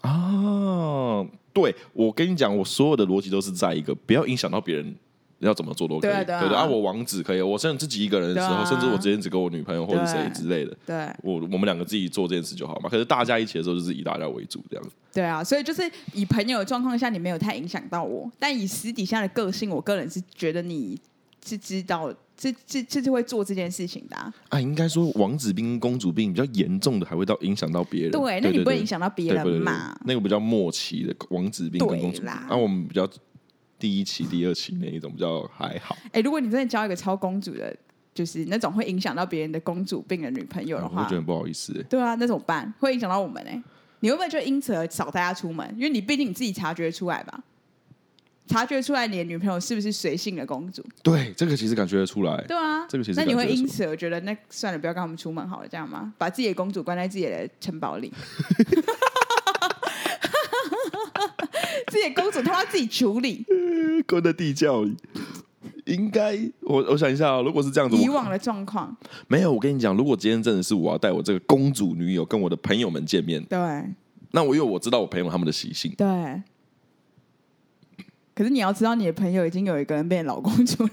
Speaker 1: 啊，对我跟你讲，我所有的逻辑都是在一个不要影响到别人。要怎么做都可以，
Speaker 2: 对啊对啊
Speaker 1: 啊，我王子可以，我甚至自己一个人的时候，
Speaker 2: 对啊
Speaker 1: 甚至我之前只跟我女朋友或者谁
Speaker 2: 对
Speaker 1: 之类的，
Speaker 2: 对，
Speaker 1: 我我们两个自己做这件事就好
Speaker 2: 嗯
Speaker 1: 嘛。可是大家一起的时候，就是以大家为主这样子。
Speaker 2: 对啊，所以就是以朋友的状况下，你没有太影响到我，但以私底下的个性，我个人是觉得你是知道，是是是是会做这件事情的、啊。
Speaker 1: 啊，应该说王子病跟公主病比较严重的，还会到影响到别人。
Speaker 2: 对，那你不会影响到别人
Speaker 1: 对对对
Speaker 2: 嘛？
Speaker 1: 那个比较末期的王子病跟公主
Speaker 2: 对
Speaker 1: 病，
Speaker 2: 啦
Speaker 1: 啊，我们比较第一期、第二期那一种比较还好。
Speaker 2: 哎、如果你真的交一个超公主的，就是那种会影响到别人的公主病的女朋友
Speaker 1: 然嗯
Speaker 2: 的
Speaker 1: 后我
Speaker 2: 话
Speaker 1: 觉得，很不好意思、欸，
Speaker 2: 对啊，那怎么办？会影响到我们哎、你会不会就因此而少带她出门？因为你毕竟你自己察觉出来吧，察觉出来你的女朋友是不是随性的公主？
Speaker 1: 对，这个其实感觉得出来。
Speaker 2: 对啊，
Speaker 1: 这个其实
Speaker 2: 那你
Speaker 1: 感觉
Speaker 2: 会
Speaker 1: 得
Speaker 2: 因
Speaker 1: 出
Speaker 2: 此而觉得那算了，不要跟他们出门好了，这样吗？把自己的公主关在自己的城堡里， 自己的公主他妈自己处理。
Speaker 1: 关在地窖里，应该我我想一下、哦，如果是这样子，
Speaker 2: 以
Speaker 1: 我
Speaker 2: 往的状况，
Speaker 1: 没有。我跟你讲，如果今天真的是我要带我这个公主女友跟我的朋友们见面，
Speaker 2: 对
Speaker 1: 那我因为我知道我朋友们他们的习 性，
Speaker 2: 对。可是你要知道，你的朋友已经有一个人变老公 主了，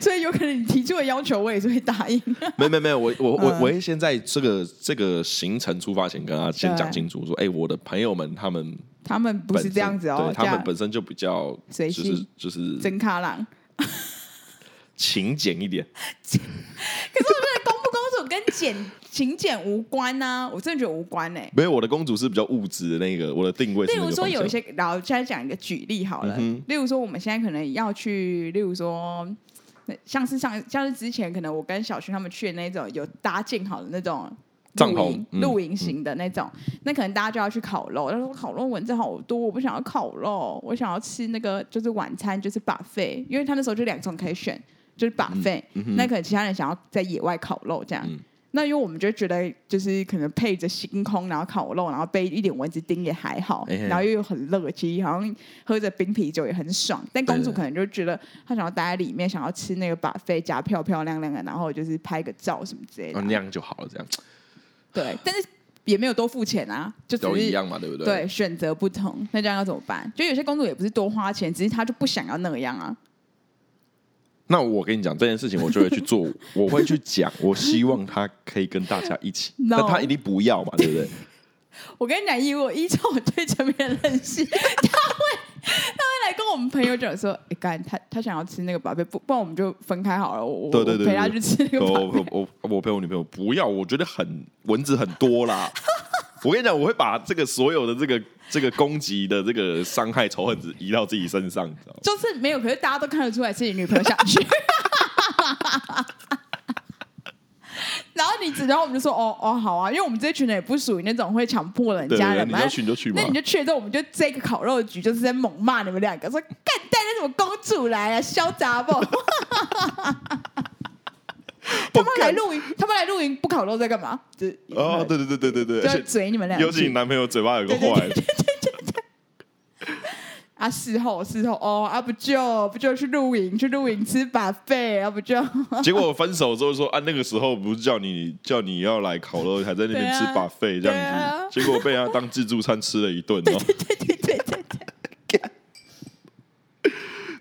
Speaker 2: 所以有可能你提出的要求，我也是会答应。
Speaker 1: 没没没有，我我我
Speaker 2: 嗯
Speaker 1: 我会先在这个这个行程出发前跟他先
Speaker 2: 对
Speaker 1: 讲清楚，说，哎、我的朋友们他们
Speaker 2: 他们不
Speaker 1: 本
Speaker 2: 是
Speaker 1: 身
Speaker 2: 这样子哦
Speaker 1: 对，
Speaker 2: 这
Speaker 1: 他们
Speaker 2: 样
Speaker 1: 本身就比较
Speaker 2: 随
Speaker 1: 就
Speaker 2: 性
Speaker 1: 是就是
Speaker 2: 真卡郎。
Speaker 1: 勤俭一点，
Speaker 2: 可是我觉得公不公主跟简勤俭无关呢、我真的觉得无关欸呢、
Speaker 1: 没有我的公主是比较物质的那个，我的定位是
Speaker 2: 例
Speaker 1: 那
Speaker 2: 如
Speaker 1: 个
Speaker 2: 说
Speaker 1: 方向
Speaker 2: 有一些，然后现在讲一个举例好了，
Speaker 1: 嗯哼
Speaker 2: 例如说我们现在可能要去，例如说。那像是上像是之前可能我跟小薰他们去的那种有搭建好的那种
Speaker 1: 帐
Speaker 2: 露营
Speaker 1: 篷嗯
Speaker 2: 露营型的那种，那可能大家就要去烤肉。他说烤肉蚊子好多，我不想要烤肉，我想要吃那个就是晚餐就是 buffet，因为他那时候就两种可以选，就是 buffet、
Speaker 1: 嗯哼
Speaker 2: 那可能其他人想要在野外烤肉这样。
Speaker 1: 嗯
Speaker 2: 那因为我们就觉得，就是可能配着星空，然后烤肉，然后被一点蚊子叮也还好，
Speaker 1: 哎嘿
Speaker 2: 然后又有很乐其好像喝着冰啤酒也很爽。但公主
Speaker 1: 对对
Speaker 2: 可能就觉得她想要待在里面，想要吃那个 buffet 加漂漂亮亮的，然后就是拍个照什么之类的。啊
Speaker 1: 哦那样就好了，这样
Speaker 2: 对，但是也没有多付钱啊，就只
Speaker 1: 都
Speaker 2: 是
Speaker 1: 一样嘛，对不对？
Speaker 2: 对，选择不同，那这样要怎么办？就有些公主也不是多花钱，只是她就不想要那样啊。
Speaker 1: 那我跟你讲这件事情，我就会去做， 我会去讲，我希望他可以跟大家一起，
Speaker 2: No
Speaker 1: 但他一定不要嘛，对不 对？
Speaker 2: 我跟你讲，以我依照我对陈明的认识， 他会他会来跟我们朋友讲说，哎、干他他想要吃那个宝贝，不不然我们就分开好了，我
Speaker 1: 对对对
Speaker 2: 我陪他去吃那个
Speaker 1: 我
Speaker 2: 宝贝
Speaker 1: 我。我我陪我女朋友不要，我觉得很蚊子很多 啦。我跟你讲，我会把这个所有的这个这个攻击的这个伤害仇恨值移到自己身上，你知道吗？
Speaker 2: 就是没有，可是大家都看得出来是你女朋友想去。 然后你只，然后我们就说，哦哦，好啊，因为我们这群人也不属于那种会强迫人
Speaker 1: 对
Speaker 2: 家
Speaker 1: 对
Speaker 2: 的
Speaker 1: 对，你
Speaker 2: 嘛。
Speaker 1: 要去你就去嘛
Speaker 2: 那。你就去了之后，我们就这个烤肉局就是在猛骂你们两个，说干带那什么公主来啊，嚣 张不？他们来露营，他们来露营不烤肉在干嘛？就是
Speaker 1: 哦，，对对对对对对，
Speaker 2: 就是
Speaker 1: 而
Speaker 2: 嘴你们
Speaker 1: 且
Speaker 2: 两
Speaker 1: 尤
Speaker 2: 个
Speaker 1: 其你男朋友嘴巴有个
Speaker 2: 对
Speaker 1: 坏
Speaker 2: 对，啊，事后事后哦，啊不就不就去露营，去露营吃把费，啊 不就
Speaker 1: 结果分手之后说啊，那个时候不是叫你叫你要来烤肉，还在那边吃
Speaker 2: 对啊
Speaker 1: buffet 这
Speaker 2: 对啊
Speaker 1: 样子，结果被他当自助餐吃了一顿 哦。
Speaker 2: 对对对对对，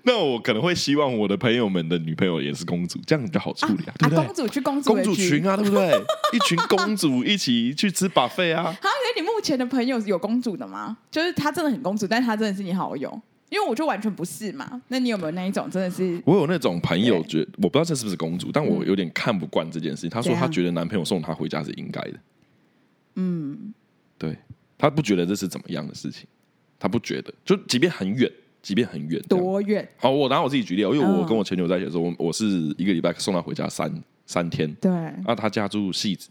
Speaker 1: 那我可能会希望我的朋友们的女朋友也是公主，这样比较好处理啊，
Speaker 2: 啊
Speaker 1: 对不对
Speaker 2: 公？主去公主
Speaker 1: 公
Speaker 2: 的
Speaker 1: 主
Speaker 2: 局
Speaker 1: 群啊，对不对？一群公主一起去吃 buffet 啊，
Speaker 2: 啊，可是你目前的朋友有公主的吗？就是她真的很公主，但她真的是你好友，因为我就完全不是嘛。那你有没有那一种真的是
Speaker 1: 我有那种朋友觉得，我不知道这是不是公主，但我
Speaker 2: 嗯
Speaker 1: 有点看不惯这件事情。她说
Speaker 2: 怎样
Speaker 1: 她觉得男朋友送她回家是应该的，嗯，
Speaker 2: 嗯
Speaker 1: 对，她不觉得这是怎么样的事情，她不觉得，就即便很远，即便很远，这样
Speaker 2: 多远？
Speaker 1: 好，我拿我自己举例哦，因为我
Speaker 2: 嗯
Speaker 1: 跟我前女友在一起的时候，我我是一个礼拜送她回家三三天，
Speaker 2: 对，
Speaker 1: 啊，她家住戏子，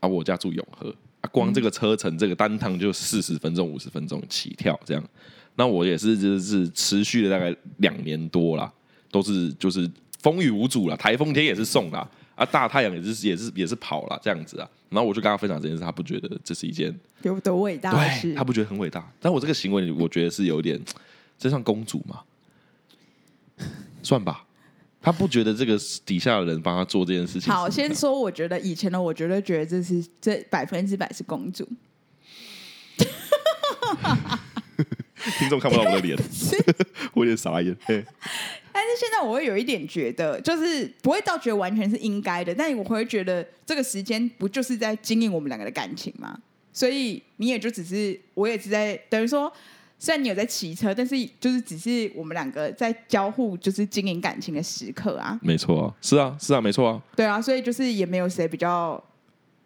Speaker 1: 啊，我家住永和，啊，光这个车程，这个单趟就四十分钟、五十分钟起跳这样。那我也是，就是持续了大概两年多啦，都是就是风雨无阻啦，台风天也是送啦，啊，大太阳也是也是也是跑啦，这样子啊。然后我就跟她分享这件事，她不觉得这是一件，
Speaker 2: 有多伟大的
Speaker 1: 对
Speaker 2: 事
Speaker 1: 她？不觉得很伟大。但我这个行为，我觉得是有点，这算公主吗？算吧，她不觉得这个底下的人帮她做这件事情。
Speaker 2: 好，先说，我觉得以前的我绝对觉得这是这百分之百是公主，
Speaker 1: 听众看不到我的 脸，我有点傻眼。嘿
Speaker 2: 但是现在我会有一点觉得，就是不会到觉得完全是应该的，但我会觉得这个时间不就是在经营我们两个的感情吗？所以你也就只是，我也是在等于说，虽然你有在骑车，但是就是只是我们两个在交互，就是经营感情的时刻啊，
Speaker 1: 没错、啊，是啊，是啊，没错啊，
Speaker 2: 对啊，所以就是也没有谁比较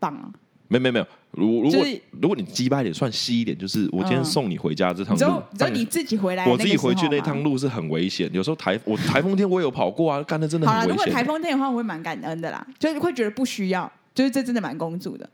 Speaker 2: 棒啊。
Speaker 1: 没没没有。如如果、
Speaker 2: 就是
Speaker 1: 如果你鸡巴一点，算细一点，就是我今天
Speaker 2: 嗯
Speaker 1: 送你回家这趟
Speaker 2: 只
Speaker 1: 路
Speaker 2: 有，只有
Speaker 1: 但
Speaker 2: 你自己回来，
Speaker 1: 我自己回去那趟。路是很危险，有时候台我台风天我也有跑过啊，干的真的
Speaker 2: 好啦，
Speaker 1: 很
Speaker 2: 如
Speaker 1: 危
Speaker 2: 果台
Speaker 1: 险。
Speaker 2: 风天的话，我会蛮感恩的啦，就是会觉得不需要，就是这真的蛮公主的。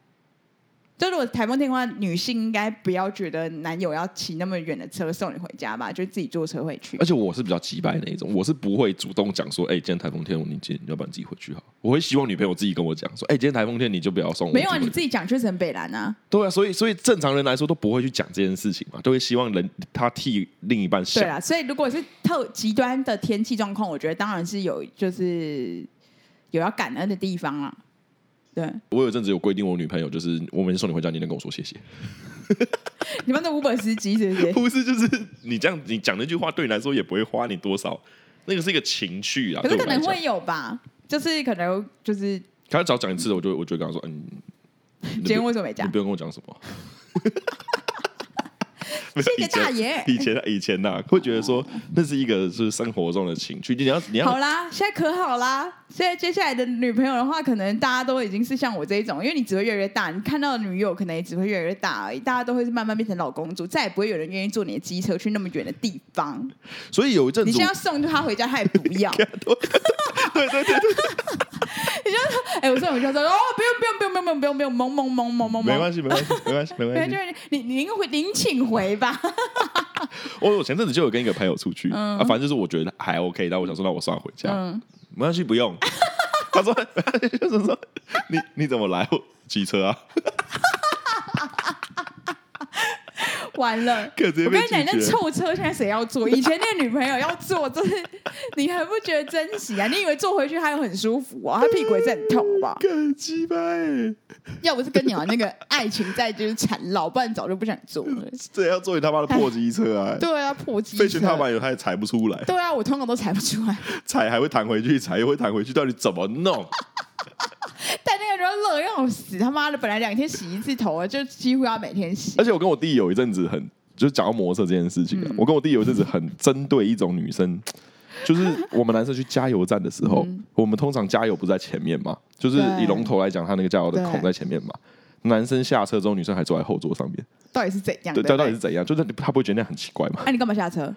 Speaker 2: 就如果台风天的话，女性应该不要觉得男友要骑那么远的车送你回家吧，就自己坐车回去
Speaker 1: 而。且我是比较急白那一种，我是不会主动讲说，哎、今天台风天，你今天要不然你自己回去好了。我会希望女朋友自己跟我讲说，哎、今天台风天你就不要送我。
Speaker 2: 没有啊，你
Speaker 1: 己
Speaker 2: 自己讲去成北兰啊，
Speaker 1: 对啊，所以所以正常人来说都不会去讲这件事情嘛，都会希望人他替另一半
Speaker 2: 对啊
Speaker 1: 想。
Speaker 2: 啦。所以如果是特极端的天气状况，我觉得当然是有就是有要感恩的地方啊。对，
Speaker 1: 我有一阵子有规定我女朋友，就是我每次送你回家，你一定跟我说谢谢。
Speaker 2: 你们的五本司机是不是？
Speaker 1: 不是，就是你这样，你讲那句话对你来说也不会花你多少，那个是一个情绪啊。
Speaker 2: 可是
Speaker 1: 对 我
Speaker 2: 可
Speaker 1: 来
Speaker 2: 能
Speaker 1: 讲
Speaker 2: 会有吧，就是可能就是
Speaker 1: 可他只要讲一次，我就我就跟他说，嗯，你
Speaker 2: 今
Speaker 1: 不
Speaker 2: 天为什么没
Speaker 1: 你
Speaker 2: 讲？
Speaker 1: 不用跟我讲什 么。没有
Speaker 2: 谢谢大
Speaker 1: 以前
Speaker 2: 爷。
Speaker 1: 以前以前呐、会觉得说那是一个就是生活中的情趣，你要你
Speaker 2: 好
Speaker 1: 要
Speaker 2: 啦，现在可好啦。现在接下来的女朋友的话，可能大家都已经是像我这一种，因为你只会越来越大，你看到的女友可能也只会越来越大而已，大家都会是慢慢变成老公主，再也不会有人愿意坐你的机车去那么远的地方。
Speaker 1: 所以有一阵
Speaker 2: 你
Speaker 1: 子
Speaker 2: 现在
Speaker 1: 我
Speaker 2: 要送她回家，她也不要。
Speaker 1: 对对对对，
Speaker 2: 哎、我说我就说哦，不用不用不用不用不用不用，萌萌萌萌萌
Speaker 1: 没
Speaker 2: 萌。
Speaker 1: 关系没关系没关系没
Speaker 2: 对，
Speaker 1: 关
Speaker 2: 就
Speaker 1: 系。
Speaker 2: 是你你您回您请回吧。
Speaker 1: 我我前阵子就有跟一个朋友出去、啊，反正就是我觉得还 OK，但我想说那我送他回家，
Speaker 2: 嗯，
Speaker 1: 没关系不 用。他说 就是说你你怎么来？我骑车啊，
Speaker 2: 完了。
Speaker 1: 可直接
Speaker 2: 我
Speaker 1: 被
Speaker 2: 跟你
Speaker 1: 拒
Speaker 2: 讲，那
Speaker 1: 绝。
Speaker 2: 臭车现在谁要坐？以前那个女朋友要坐，就是你还不觉得珍惜啊？你以为坐回去她有很舒服哦，她屁股也是很痛，好不好？
Speaker 1: 更鸡巴欸！
Speaker 2: 要不是跟你玩那个爱情在就是缠绕，不然早就不想坐了。
Speaker 1: 这要坐你他妈的破机车啊！
Speaker 2: 对啊，破机
Speaker 1: 飞
Speaker 2: 车
Speaker 1: 旋踏板有他也踩不出来，
Speaker 2: 对啊，我通常都踩不出来，
Speaker 1: 踩还会弹回去，踩又会弹回去，到底怎么弄？
Speaker 2: 但那个时候热要死，他妈的，本来两天洗一次头，就几乎要每天洗
Speaker 1: 而。且我跟我弟有一阵子很，就是讲到摩托车这件事情、啊，
Speaker 2: 嗯
Speaker 1: 我跟我弟有一阵子很针对一种女生，就是我们男生去加油站的时候，我们通常加油不在前面嘛，就是
Speaker 2: 嗯对
Speaker 1: 以龙头来讲，他那个加油的孔
Speaker 2: 对
Speaker 1: 在前面嘛。男生下车之后，女生还坐在后座上面，
Speaker 2: 到底是怎样？
Speaker 1: 对，
Speaker 2: 不
Speaker 1: 到底是怎样？就是他不会觉得那样很奇怪吗？
Speaker 2: 那、你干嘛下车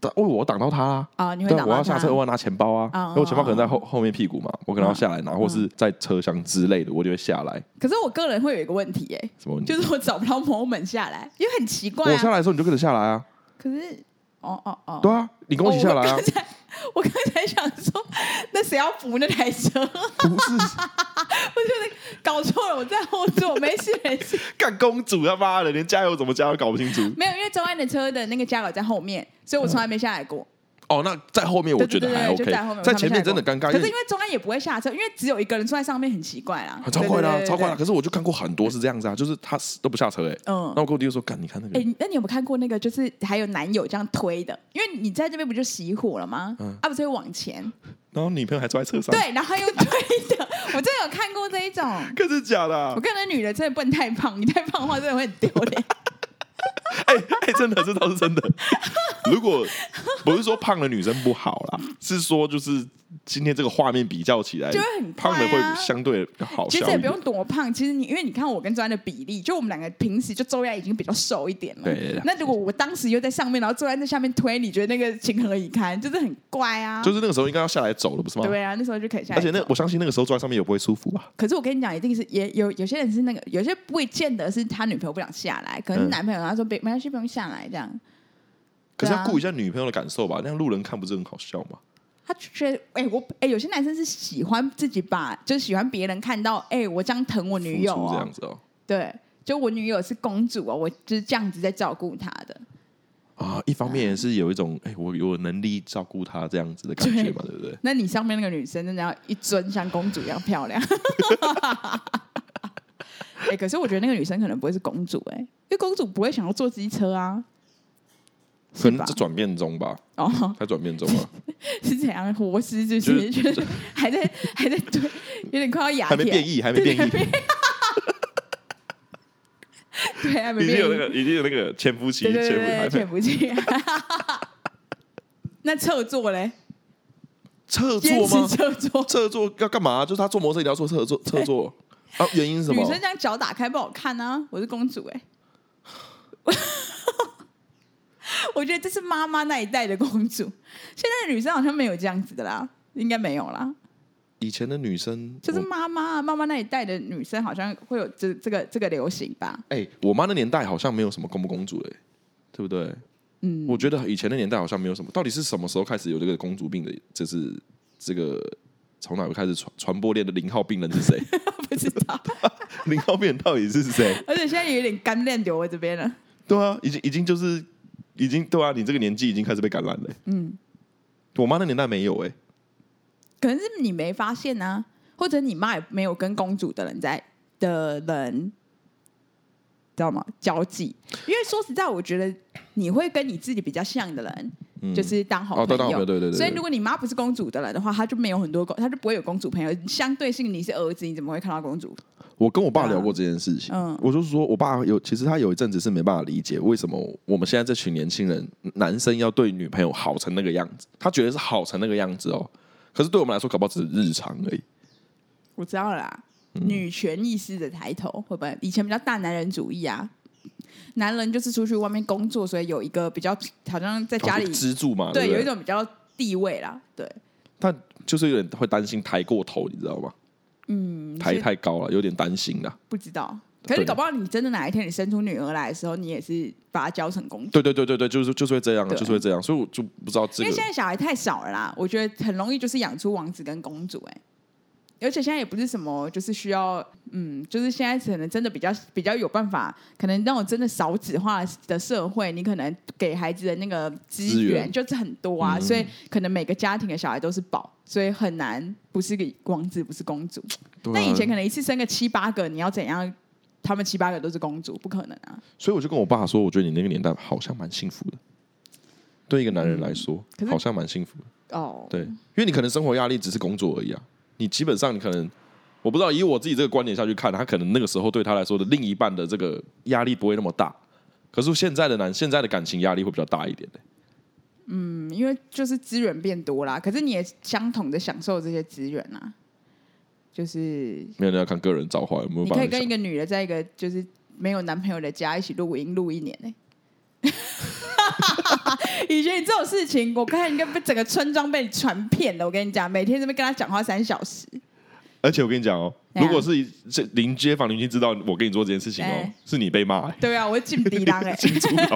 Speaker 1: 但哦，我挡到他啦、
Speaker 2: 啊？你会
Speaker 1: 对
Speaker 2: 打
Speaker 1: 啊，我要
Speaker 2: 到
Speaker 1: 下车，
Speaker 2: 他
Speaker 1: 我要拿钱包啊，
Speaker 2: 哦
Speaker 1: 因为我钱包可能在后后面屁股嘛，我可
Speaker 2: 嗯
Speaker 1: 能要下来拿，或是在车厢之类的，我就会下来。
Speaker 2: 可是我个人会有一个问题、哎，
Speaker 1: 什么问题？
Speaker 2: 就是我找不到 moment 下来，因为很奇怪
Speaker 1: 我下
Speaker 2: 啊。
Speaker 1: 来的时候你就跟着下来啊，
Speaker 2: 可是，哦哦哦，
Speaker 1: 对啊，你跟我一起下来啊
Speaker 2: 哦我，刚才 我刚才想说，那谁要扶那台车？
Speaker 1: 不 是。
Speaker 2: 搞错了，我在后座，没事没 事，
Speaker 1: 干公主他妈的，连加油怎么加都搞不清楚。
Speaker 2: 没有，因为周安的车的那个加油在后面，所以我从来没下来过。
Speaker 1: 哦，那在后面我觉得还
Speaker 2: 对对对对
Speaker 1: OK，
Speaker 2: 就在后面
Speaker 1: 在前面真的尴尬，
Speaker 2: 可是因为周安也不会下车，因为只有一个人坐在上面，很奇怪啦，
Speaker 1: 很超快的啊，
Speaker 2: 对
Speaker 1: 超快的啊。。
Speaker 2: 对对对对
Speaker 1: 可是我就看过很多是这样子啊，就是他死都不下车哎。
Speaker 2: 嗯
Speaker 1: 那，我跟我弟就说，干，你看那
Speaker 2: 哎、
Speaker 1: 个，
Speaker 2: 那你有没有看过那个，就是还有男友这样推的？因为你在这边不就熄火了吗？
Speaker 1: 嗯
Speaker 2: 啊，不是会往前，
Speaker 1: 然后女朋友还坐在车上，，
Speaker 2: 对，然后又推的，我真的有看过这一种。
Speaker 1: 可是假的啊
Speaker 2: 我，看那女的真的不能太胖，你太胖的话真的会很丢 脸。
Speaker 1: 哎哎，真的，这倒是真的。如果不是说胖的女生不好啦，是说就是今天这个画面比较起来
Speaker 2: 就会很，
Speaker 1: 胖的
Speaker 2: 快啊
Speaker 1: 会相对好
Speaker 2: 其
Speaker 1: 笑
Speaker 2: 实也
Speaker 1: 一
Speaker 2: 不
Speaker 1: 点。
Speaker 2: 用多胖，其实你因为你看我跟周安的比例，就我们两个平时就周安已经比较瘦一点了。
Speaker 1: 对对对
Speaker 2: 那如果我当时又在上面，然后周安在下面推，你觉得那个情何以堪？就是很怪啊。
Speaker 1: 就是那个时候应该要下来走了，不是吗？
Speaker 2: 对啊，那时候就可以下来
Speaker 1: 而
Speaker 2: 走。
Speaker 1: 且那我相信那个时候坐在上面也不会舒服吧？
Speaker 2: 可是我跟你讲，一定是也有有些人是那个，有些不会见得是他女朋友不想下来，可能是
Speaker 1: 嗯
Speaker 2: 男朋友他说别没关系，不用下来这样。
Speaker 1: 可是要
Speaker 2: 对啊
Speaker 1: 顾一下女朋友的感受吧，那样路人看不是很好笑吗？
Speaker 2: 他就觉得，哎、我哎、有些男生是喜欢自己把，就是喜欢别人看到，哎、我这样疼我女友、
Speaker 1: 付出这
Speaker 2: 哦
Speaker 1: 样，子哦、
Speaker 2: 对，就我女友是公主哦，我就是这样子在照顾她的，
Speaker 1: 啊，一方面也是有一种哎、我有能力照顾她这样子的感觉嘛，对不对？
Speaker 2: 那你上面那个女生真的要一尊像公主一样漂亮。 哎、可是我觉得那个女生可能不会是公主哎、因为公主不会想要坐机车啊，
Speaker 1: 可
Speaker 2: 是
Speaker 1: 能
Speaker 2: 吧
Speaker 1: 在？转变中吧，
Speaker 2: 哦，
Speaker 1: 在转变中啊，
Speaker 2: 是怎样活尸？就是
Speaker 1: 就
Speaker 2: 就是还在还在对，有点快要哑
Speaker 1: 还没
Speaker 2: 铁
Speaker 1: 变异，还没
Speaker 2: 对
Speaker 1: 变异，
Speaker 2: 对，还没
Speaker 1: 已经
Speaker 2: 变
Speaker 1: 有
Speaker 2: 异
Speaker 1: 那个已经有那个潜伏期，
Speaker 2: 对
Speaker 1: 潜
Speaker 2: 对
Speaker 1: 伏期
Speaker 2: 对
Speaker 1: 还
Speaker 2: 对，
Speaker 1: 没
Speaker 2: 潜伏期。 那侧坐嘞，
Speaker 1: 侧
Speaker 2: 坚
Speaker 1: 坐
Speaker 2: 持
Speaker 1: 吗？
Speaker 2: 侧坐。
Speaker 1: 侧坐要干嘛？就是他坐摩托车一定要坐侧坐侧坐啊，原因是什
Speaker 2: 哎女
Speaker 1: 么？
Speaker 2: 生这样脚打开不好看啊！我是公主哎、 我觉得这是妈妈那一代的公主，现在的女生好像没有这样子的啦，应该没有啦。
Speaker 1: 以前的女生，
Speaker 2: 就是
Speaker 1: 我
Speaker 2: 妈妈啊妈妈那一代的女生好像会有这这个这个流行吧？
Speaker 1: 哎、我妈那年代好像没有什么公不公主嘞、对不对？
Speaker 2: 嗯，
Speaker 1: 我觉得以前的年代好像没有什么，到底是什么时候开始有这个公主病的？就是这个从哪开始传传播链的零号病人是谁？
Speaker 2: 不知道，
Speaker 1: 零号病人到底是谁？
Speaker 2: 而且现在有点干练流我这边了。
Speaker 1: 对啊，已经已经就是已经对啊，你这个年纪已经开始被感染了、
Speaker 2: 嗯，
Speaker 1: 我妈那年代没有哎、
Speaker 2: 可能是你没发现呢、或者你妈也没有跟公主的人在的人，知道吗？交际，因为说实在，我觉得你会跟你自己比较像的人，
Speaker 1: 嗯
Speaker 2: 就是当好
Speaker 1: 哦，对，当然没有对对对。
Speaker 2: 所以，
Speaker 1: 对
Speaker 2: 如果你妈不是公主的人的话，她就没有很多公，她就不会有公主朋友。相对性，你是儿子，你怎么会看到公主？
Speaker 1: 我跟我爸聊过这件事情，
Speaker 2: 嗯
Speaker 1: 我就是说我爸有，其实他有一阵子是没办法理解为什么我们现在这群年轻人，男生要对女朋友好成那个样子，他觉得是好成那个样子哦。可是对我们来说，搞不好只是日常而已。
Speaker 2: 我知道了啦，
Speaker 1: 嗯
Speaker 2: 女权意识的抬头，会不会以前比较大男人主义啊？男人就是出去外面工作，所以有一个比较好像在家里
Speaker 1: 支柱嘛，
Speaker 2: 对
Speaker 1: 不
Speaker 2: 有一种比较地位啦，对，
Speaker 1: 就是有点会担心抬过头，你知道吗？
Speaker 2: 嗯，
Speaker 1: 抬
Speaker 2: 所以
Speaker 1: 太高了，有点担心啦。
Speaker 2: 不知道。可是
Speaker 1: 对
Speaker 2: 搞不好你真的哪一天你生出女儿来的时候，你也是把她教成公主，
Speaker 1: 对对对对对，就是就是会这样啊，
Speaker 2: 对
Speaker 1: 就是会这样，所以我就不知道这
Speaker 2: 因
Speaker 1: 个
Speaker 2: 为现在小孩太少了啦，我觉得很容易就是养出王子跟公主哎、而且现在也不是什么，就是需要，嗯，就是现在可能真的比较比较有办法，可能那种真的少子化的社会，你可能给孩子的那个资
Speaker 1: 资
Speaker 2: 源
Speaker 1: 源
Speaker 2: 就是很多啊，
Speaker 1: 嗯
Speaker 2: 所以可能每个家庭的小孩都是宝，所以很难不是个王子不是公主。
Speaker 1: 对啊
Speaker 2: 那以前可能一次生个七八个，你要怎样？他们七八个都是公主，不可能啊！
Speaker 1: 所以我就跟我爸说，我觉得你那个年代好像蛮幸福的，对一个男人来说，
Speaker 2: 嗯可是
Speaker 1: 好像蛮幸福的。
Speaker 2: 哦，
Speaker 1: 对，因为你可能生活压力只是工作而已啊，你基本上你可能。我不知道，以我自己这个观点下去看，他可能那个时候对他来说的另一半的这个压力不会那么大，可是现在的男现在的感情压力会比较大一点、
Speaker 2: 嗯，因为就是资源变多啦，可是你也相同的享受这些资源啊，就是
Speaker 1: 没有人要看个人造化有没有
Speaker 2: 你
Speaker 1: 办
Speaker 2: 可
Speaker 1: 法
Speaker 2: 以跟
Speaker 1: 想
Speaker 2: 一个女的在一个就是没有男朋友的家一起录音录一年呢、欸。 以前你这种事情，我看应该被整个村庄被你传遍了。我跟你讲，每天这边跟他讲话三小时，
Speaker 1: 而且我跟你讲哦，
Speaker 2: 怎样
Speaker 1: 如果是一这邻街坊邻居知道我跟你做这件事情哦
Speaker 2: 哎，
Speaker 1: 是你被骂、欸，
Speaker 2: 对啊，我是进敌 狼哎、欸，
Speaker 1: 进猪脑。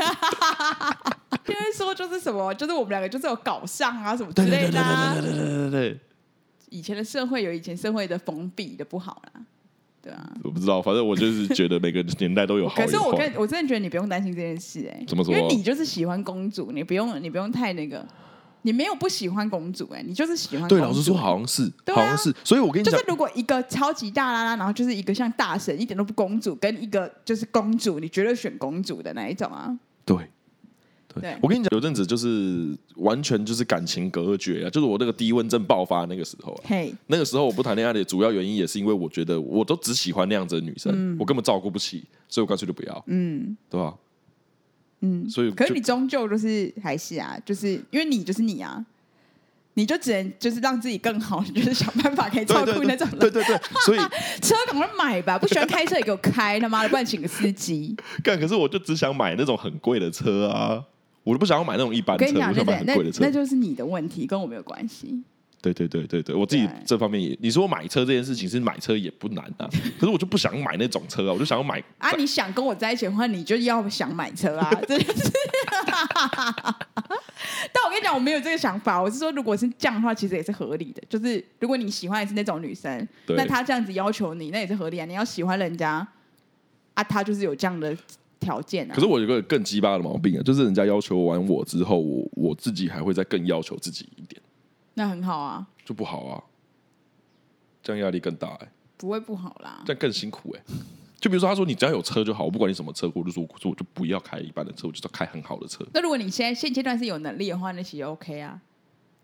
Speaker 2: 因为说就是什么，就是我们两个就是有搞上啊什么之
Speaker 1: 对对
Speaker 2: 类
Speaker 1: 对对
Speaker 2: 的、啊。
Speaker 1: 对对对对对对，
Speaker 2: 以前的社会有以前社会的封闭的不好啦，对啊。
Speaker 1: 我不知道，反正我就是觉得每个年代都有好
Speaker 2: 可
Speaker 1: 有坏。
Speaker 2: 是我跟我真的觉得你不用担心这件事哎、
Speaker 1: 怎么说
Speaker 2: 因为你就是喜欢公主，你不用你不用太那个，你没有不喜欢公主哎、你就是喜欢公主。
Speaker 1: 对老实说，好像是，
Speaker 2: 对啊
Speaker 1: 好像是，所以我跟你
Speaker 2: 就
Speaker 1: 讲
Speaker 2: 是，如果一个超级大啦啦，然后就是一个像大神一点都不公主，跟一个就是公主，你绝对选公主的那一种啊。
Speaker 1: 对。
Speaker 2: 对
Speaker 1: 对，我跟你讲，有阵子就是完全就是感情隔绝啊，就是我那个低温症爆发那个时候啊，
Speaker 2: 嘿、
Speaker 1: 那个时候我不谈恋爱的主要原因也是因为我觉得我都只喜欢那样子的女生，我根本照顾不起，所以我干脆就不要，
Speaker 2: 嗯
Speaker 1: 对吧？
Speaker 2: 嗯。
Speaker 1: 所以
Speaker 2: 可是
Speaker 1: 就
Speaker 2: 你终究就是还是啊，就是因为你就是你啊，你就只能就是让自己更好，就是想办法可以照
Speaker 1: 对
Speaker 2: 顾
Speaker 1: 对
Speaker 2: 那
Speaker 1: 对
Speaker 2: 种人。
Speaker 1: 对对对，所以
Speaker 2: 车赶快买吧，不喜欢开车也给我开，他妈的，不然请个司 机。
Speaker 1: 干，可是我就只想买那种很贵的车啊，我就不想要买那种一般
Speaker 2: 我
Speaker 1: 车，
Speaker 2: 跟你
Speaker 1: 我
Speaker 2: 讲，
Speaker 1: 想
Speaker 2: 对
Speaker 1: 买
Speaker 2: 对，
Speaker 1: 很
Speaker 2: 那
Speaker 1: 贵的车
Speaker 2: 那。就是你的问题，跟我没有关系。
Speaker 1: 对对对对对，我自己
Speaker 2: 对
Speaker 1: 这方面也，你说买车这件事情是买车也不难啊，可是我就不想买那种车啊，我就想要买
Speaker 2: 啊，你想跟我在一起的话，你就要想买 车啊，真的是。但我跟你讲，我没有这个想法。我是说，如果是这样的话，其实也是合理的。就是如果你喜欢的是那种女生，
Speaker 1: 对
Speaker 2: 那她这样子要求你，那也是合理啊。你要喜欢人家啊，她就是有这样的条件啊。
Speaker 1: 可是我有个更鸡巴的毛病啊，就是人家要求完我之后，我我自己还会再更要求自己一点，
Speaker 2: 那很好啊，
Speaker 1: 就不好啊，这样压力更大哎、
Speaker 2: 不会不好啦
Speaker 1: 这。样更辛苦哎、就比如说他说你只要有车就好，我不管你什么车，我就说我说我就不要开一般的车，我就是要开很好的车。
Speaker 2: 那如果你现在现阶段是有能力的话，那其实 OK 啊。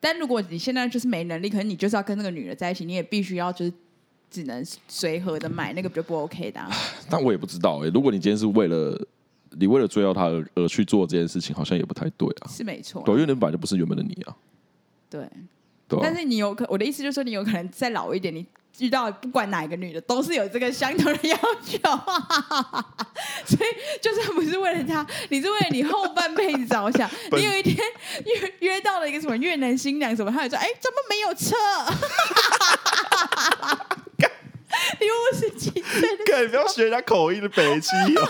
Speaker 2: 但如果你现在就是没能力，可能你就是要跟那个女的在一起，你也必须要就是只能随和的买，那个就不 OK 的、啊。
Speaker 1: 但我也不知道哎、如果你今天是为了你为了追到他而而去做这件事情，好像也不太对啊。
Speaker 2: 是没错啊，
Speaker 1: 对，因为那本来就不是原本的你啊，
Speaker 2: 对。
Speaker 1: 对啊吧、
Speaker 2: 但是你有可，我的意思就是说，你有可能再老一点，你遇 到不管哪一个女的，都是有这个相同的要求，所以就算不是为了他，你是为了你后半辈子着想。
Speaker 1: 本
Speaker 2: 你有一天约约到了一个什么越南新娘什么，他也说：“哎、怎么没有车？” 你五十几岁的，
Speaker 1: 干，你不要学人家口音的北七哦。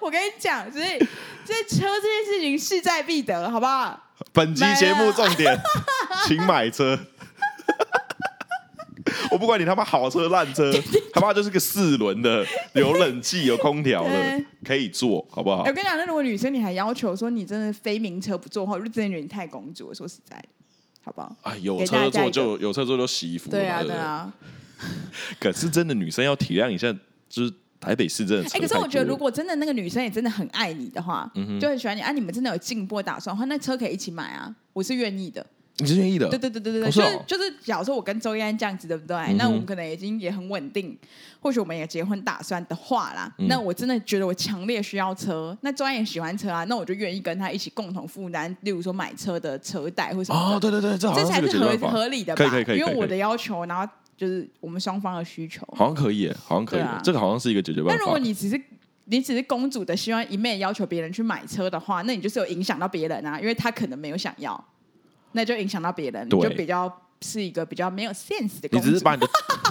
Speaker 2: 我跟你讲，所以这车这件事情势在必得，好不好？
Speaker 1: 本集节目重点，请买车。我不管你他妈好车烂 车，他妈就是个四轮的，有冷气有空调的
Speaker 2: 对，
Speaker 1: 可以坐，好不好
Speaker 2: 哎我？跟你讲，那如果女生你还要求说你真的非名车不坐的话，我就真的觉得你太公主了。说实在的，好不好？
Speaker 1: 哎，有
Speaker 2: 给大
Speaker 1: 车
Speaker 2: 家
Speaker 1: 坐
Speaker 2: 一
Speaker 1: 就有车坐就洗衣服了嘛。
Speaker 2: 对啊，
Speaker 1: 不
Speaker 2: 对啊。
Speaker 1: 可是真的女生要体谅一下，就是台北市真的车太
Speaker 2: 哎、
Speaker 1: 多了。
Speaker 2: 可是我觉得，如果真的那个女生也真的很爱你的话，
Speaker 1: 嗯
Speaker 2: 就很喜欢你，啊，你们真的有进步的打算的话，那车可以一起买啊，我是愿意的。
Speaker 1: 你是愿意的，
Speaker 2: 对对对对对，
Speaker 1: 哦
Speaker 2: 对，
Speaker 1: 是
Speaker 2: 就
Speaker 1: 哦嗯
Speaker 2: 是就是，假如说我跟周一安这样子，对不对？
Speaker 1: 哼
Speaker 2: 那我们可能已经也很稳定，或许我们也结婚打算的话啦，
Speaker 1: 嗯
Speaker 2: 那我真的觉得我强烈需要车，那周安也喜欢车啊，那我就愿意跟他一起共同负担，例如说买车的车贷或什么的。
Speaker 1: 哦，对对对，这好
Speaker 2: 这
Speaker 1: 像
Speaker 2: 才
Speaker 1: 个
Speaker 2: 是
Speaker 1: 解决
Speaker 2: 合
Speaker 1: 办法，
Speaker 2: 合理的吧？
Speaker 1: 可以可以可以
Speaker 2: 因
Speaker 1: 可
Speaker 2: 为
Speaker 1: 以
Speaker 2: 我
Speaker 1: 可
Speaker 2: 的要求，然后就是我们双方的需求。
Speaker 1: 好像可以耶，好像可以
Speaker 2: 对啊，
Speaker 1: 这个好像是一个解决办
Speaker 2: 但
Speaker 1: 法。
Speaker 2: 如果你只是你只是公主的，希望一昧要求别人去买车的话，那你就是有影响到别人啊，因为他可能没有想要，那就影响到别人，你
Speaker 1: 对
Speaker 2: 就比较是一个比较没有 sense
Speaker 1: 你
Speaker 2: 的公主。
Speaker 1: 只是把你的，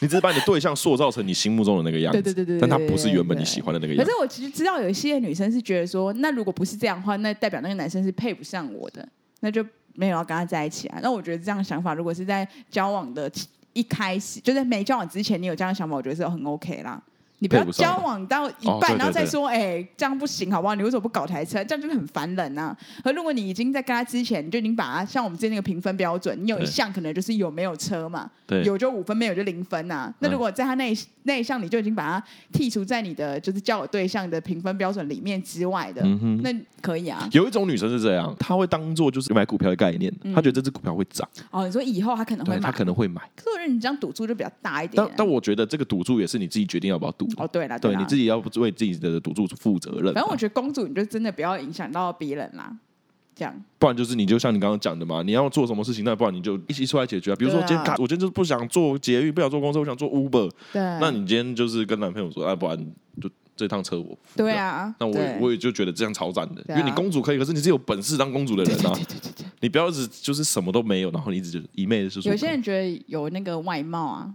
Speaker 1: 你只是把你的对象塑造成你心目中的那个样子，
Speaker 2: 对对对对
Speaker 1: 但
Speaker 2: 对
Speaker 1: 他不是原本你喜欢的那个
Speaker 2: 可
Speaker 1: 样
Speaker 2: 是
Speaker 1: 子。
Speaker 2: 我其实知道有一些女生是觉得说，那如果不是这样的话，那代表那个男生是配不上我的，那就没有要跟他在一起啊。那我觉得这样的想法，如果是在交往的起一开始，就在没交往之前，你有这样的想法，我觉得是很 OK 啦。你不要
Speaker 1: 配不上
Speaker 2: 交往到一
Speaker 1: 哦
Speaker 2: 半，
Speaker 1: 对
Speaker 2: 然后再
Speaker 1: 对对
Speaker 2: 说，哎、这样不行，好不好？你为什么不搞台车？这样就是很烦人啊。而如果你已经在跟他之前，你就已经把他像我们之前那个评分标准，你有一
Speaker 1: 对
Speaker 2: 项可能就是有没有车嘛，
Speaker 1: 对，嗯
Speaker 2: 有就五分，没有就零分呐、那如果在他那一那一项，你就已经把它剔除在你的就是交友对象的评分标准里面之外的，
Speaker 1: 嗯哼。
Speaker 2: 那可以啊。
Speaker 1: 有一种女生是这样，她会当做就是买股票的概念，她觉得这只股票会涨，
Speaker 2: 哦，你说以后他可能嗯会
Speaker 1: 对她
Speaker 2: 买，
Speaker 1: 可能会买。
Speaker 2: 可是我觉得你这样赌注就比较大一点
Speaker 1: 但
Speaker 2: 啊。
Speaker 1: 但我觉得这个赌注也是你自己决定要不要赌的，
Speaker 2: 哦，对了，
Speaker 1: 对
Speaker 2: 啦
Speaker 1: 你，自己要为自己的赌注负责任啊
Speaker 2: 反正
Speaker 1: 嘛
Speaker 2: 我。觉得公主你就真的不要影响到别人啦，这样。
Speaker 1: 不然就是你就像你刚刚讲的嘛，你要做什么事情，那不然你就一起出来解决啊。比如说
Speaker 2: 对啊
Speaker 1: 今天卡，我今天就是不想做捷运，不想做公车，我想做 Uber，
Speaker 2: 对，
Speaker 1: 那你今天就是跟男朋友说，哎，不然就这趟车我付
Speaker 2: 对
Speaker 1: 掉。
Speaker 2: 啊，
Speaker 1: 那我也
Speaker 2: 对
Speaker 1: 我也就觉得这样超赞的，因
Speaker 2: 对啊
Speaker 1: 为你公主可以，可是你是有本事当公主的
Speaker 2: 对
Speaker 1: 人
Speaker 2: 对
Speaker 1: 啊，
Speaker 2: 对对对对，
Speaker 1: 你不要一直就是什么都没有，然后你一直就一昧的是说，
Speaker 2: 有些人觉得有那个外貌啊，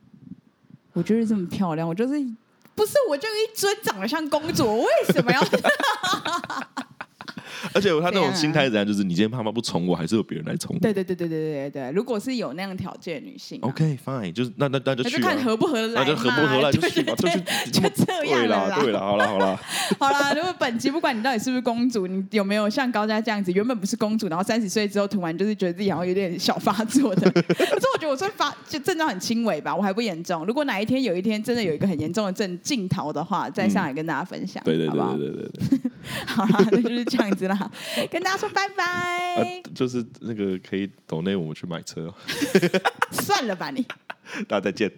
Speaker 2: 我就是这么漂亮，我就是不是我就一尊长得像公主，我为什么要？
Speaker 1: 而且他那
Speaker 2: 对
Speaker 1: 种
Speaker 2: 啊
Speaker 1: 心态是怎样，就是你今天妈妈不宠我，还是有别人来宠我。
Speaker 2: 对对对对对对对对，如果是有那样条件的女性啊、
Speaker 1: OK fine，就是那那那就
Speaker 2: 那就
Speaker 1: 去啊，
Speaker 2: 看合不合得来
Speaker 1: 那
Speaker 2: 嘛，
Speaker 1: 就合不合来就
Speaker 2: 对
Speaker 1: 去吧，就
Speaker 2: 对
Speaker 1: 去
Speaker 2: 对 就这样
Speaker 1: 对
Speaker 2: 了啦
Speaker 1: 啦，对啦，好啦好啦，
Speaker 2: 好啦，如果本集不管你到底是不是公主，你有没有像高佳这样子，原本不是公主，然后三十岁之后突然就是觉得自己好像有点小发作的，可是我觉得我算发就症状很轻微吧，我还不严重。如果哪一天有一天真的有一个很严重的症镜头的话，再上来跟大家分享，
Speaker 1: 对对
Speaker 2: 好不好
Speaker 1: 对？对对对，
Speaker 2: 好啦，那就是这样子啦，跟大家说拜
Speaker 1: 啊
Speaker 2: 拜，，
Speaker 1: 就是那个可以抖内我们去买车哦，
Speaker 2: 算了吧你。
Speaker 1: 大家再见。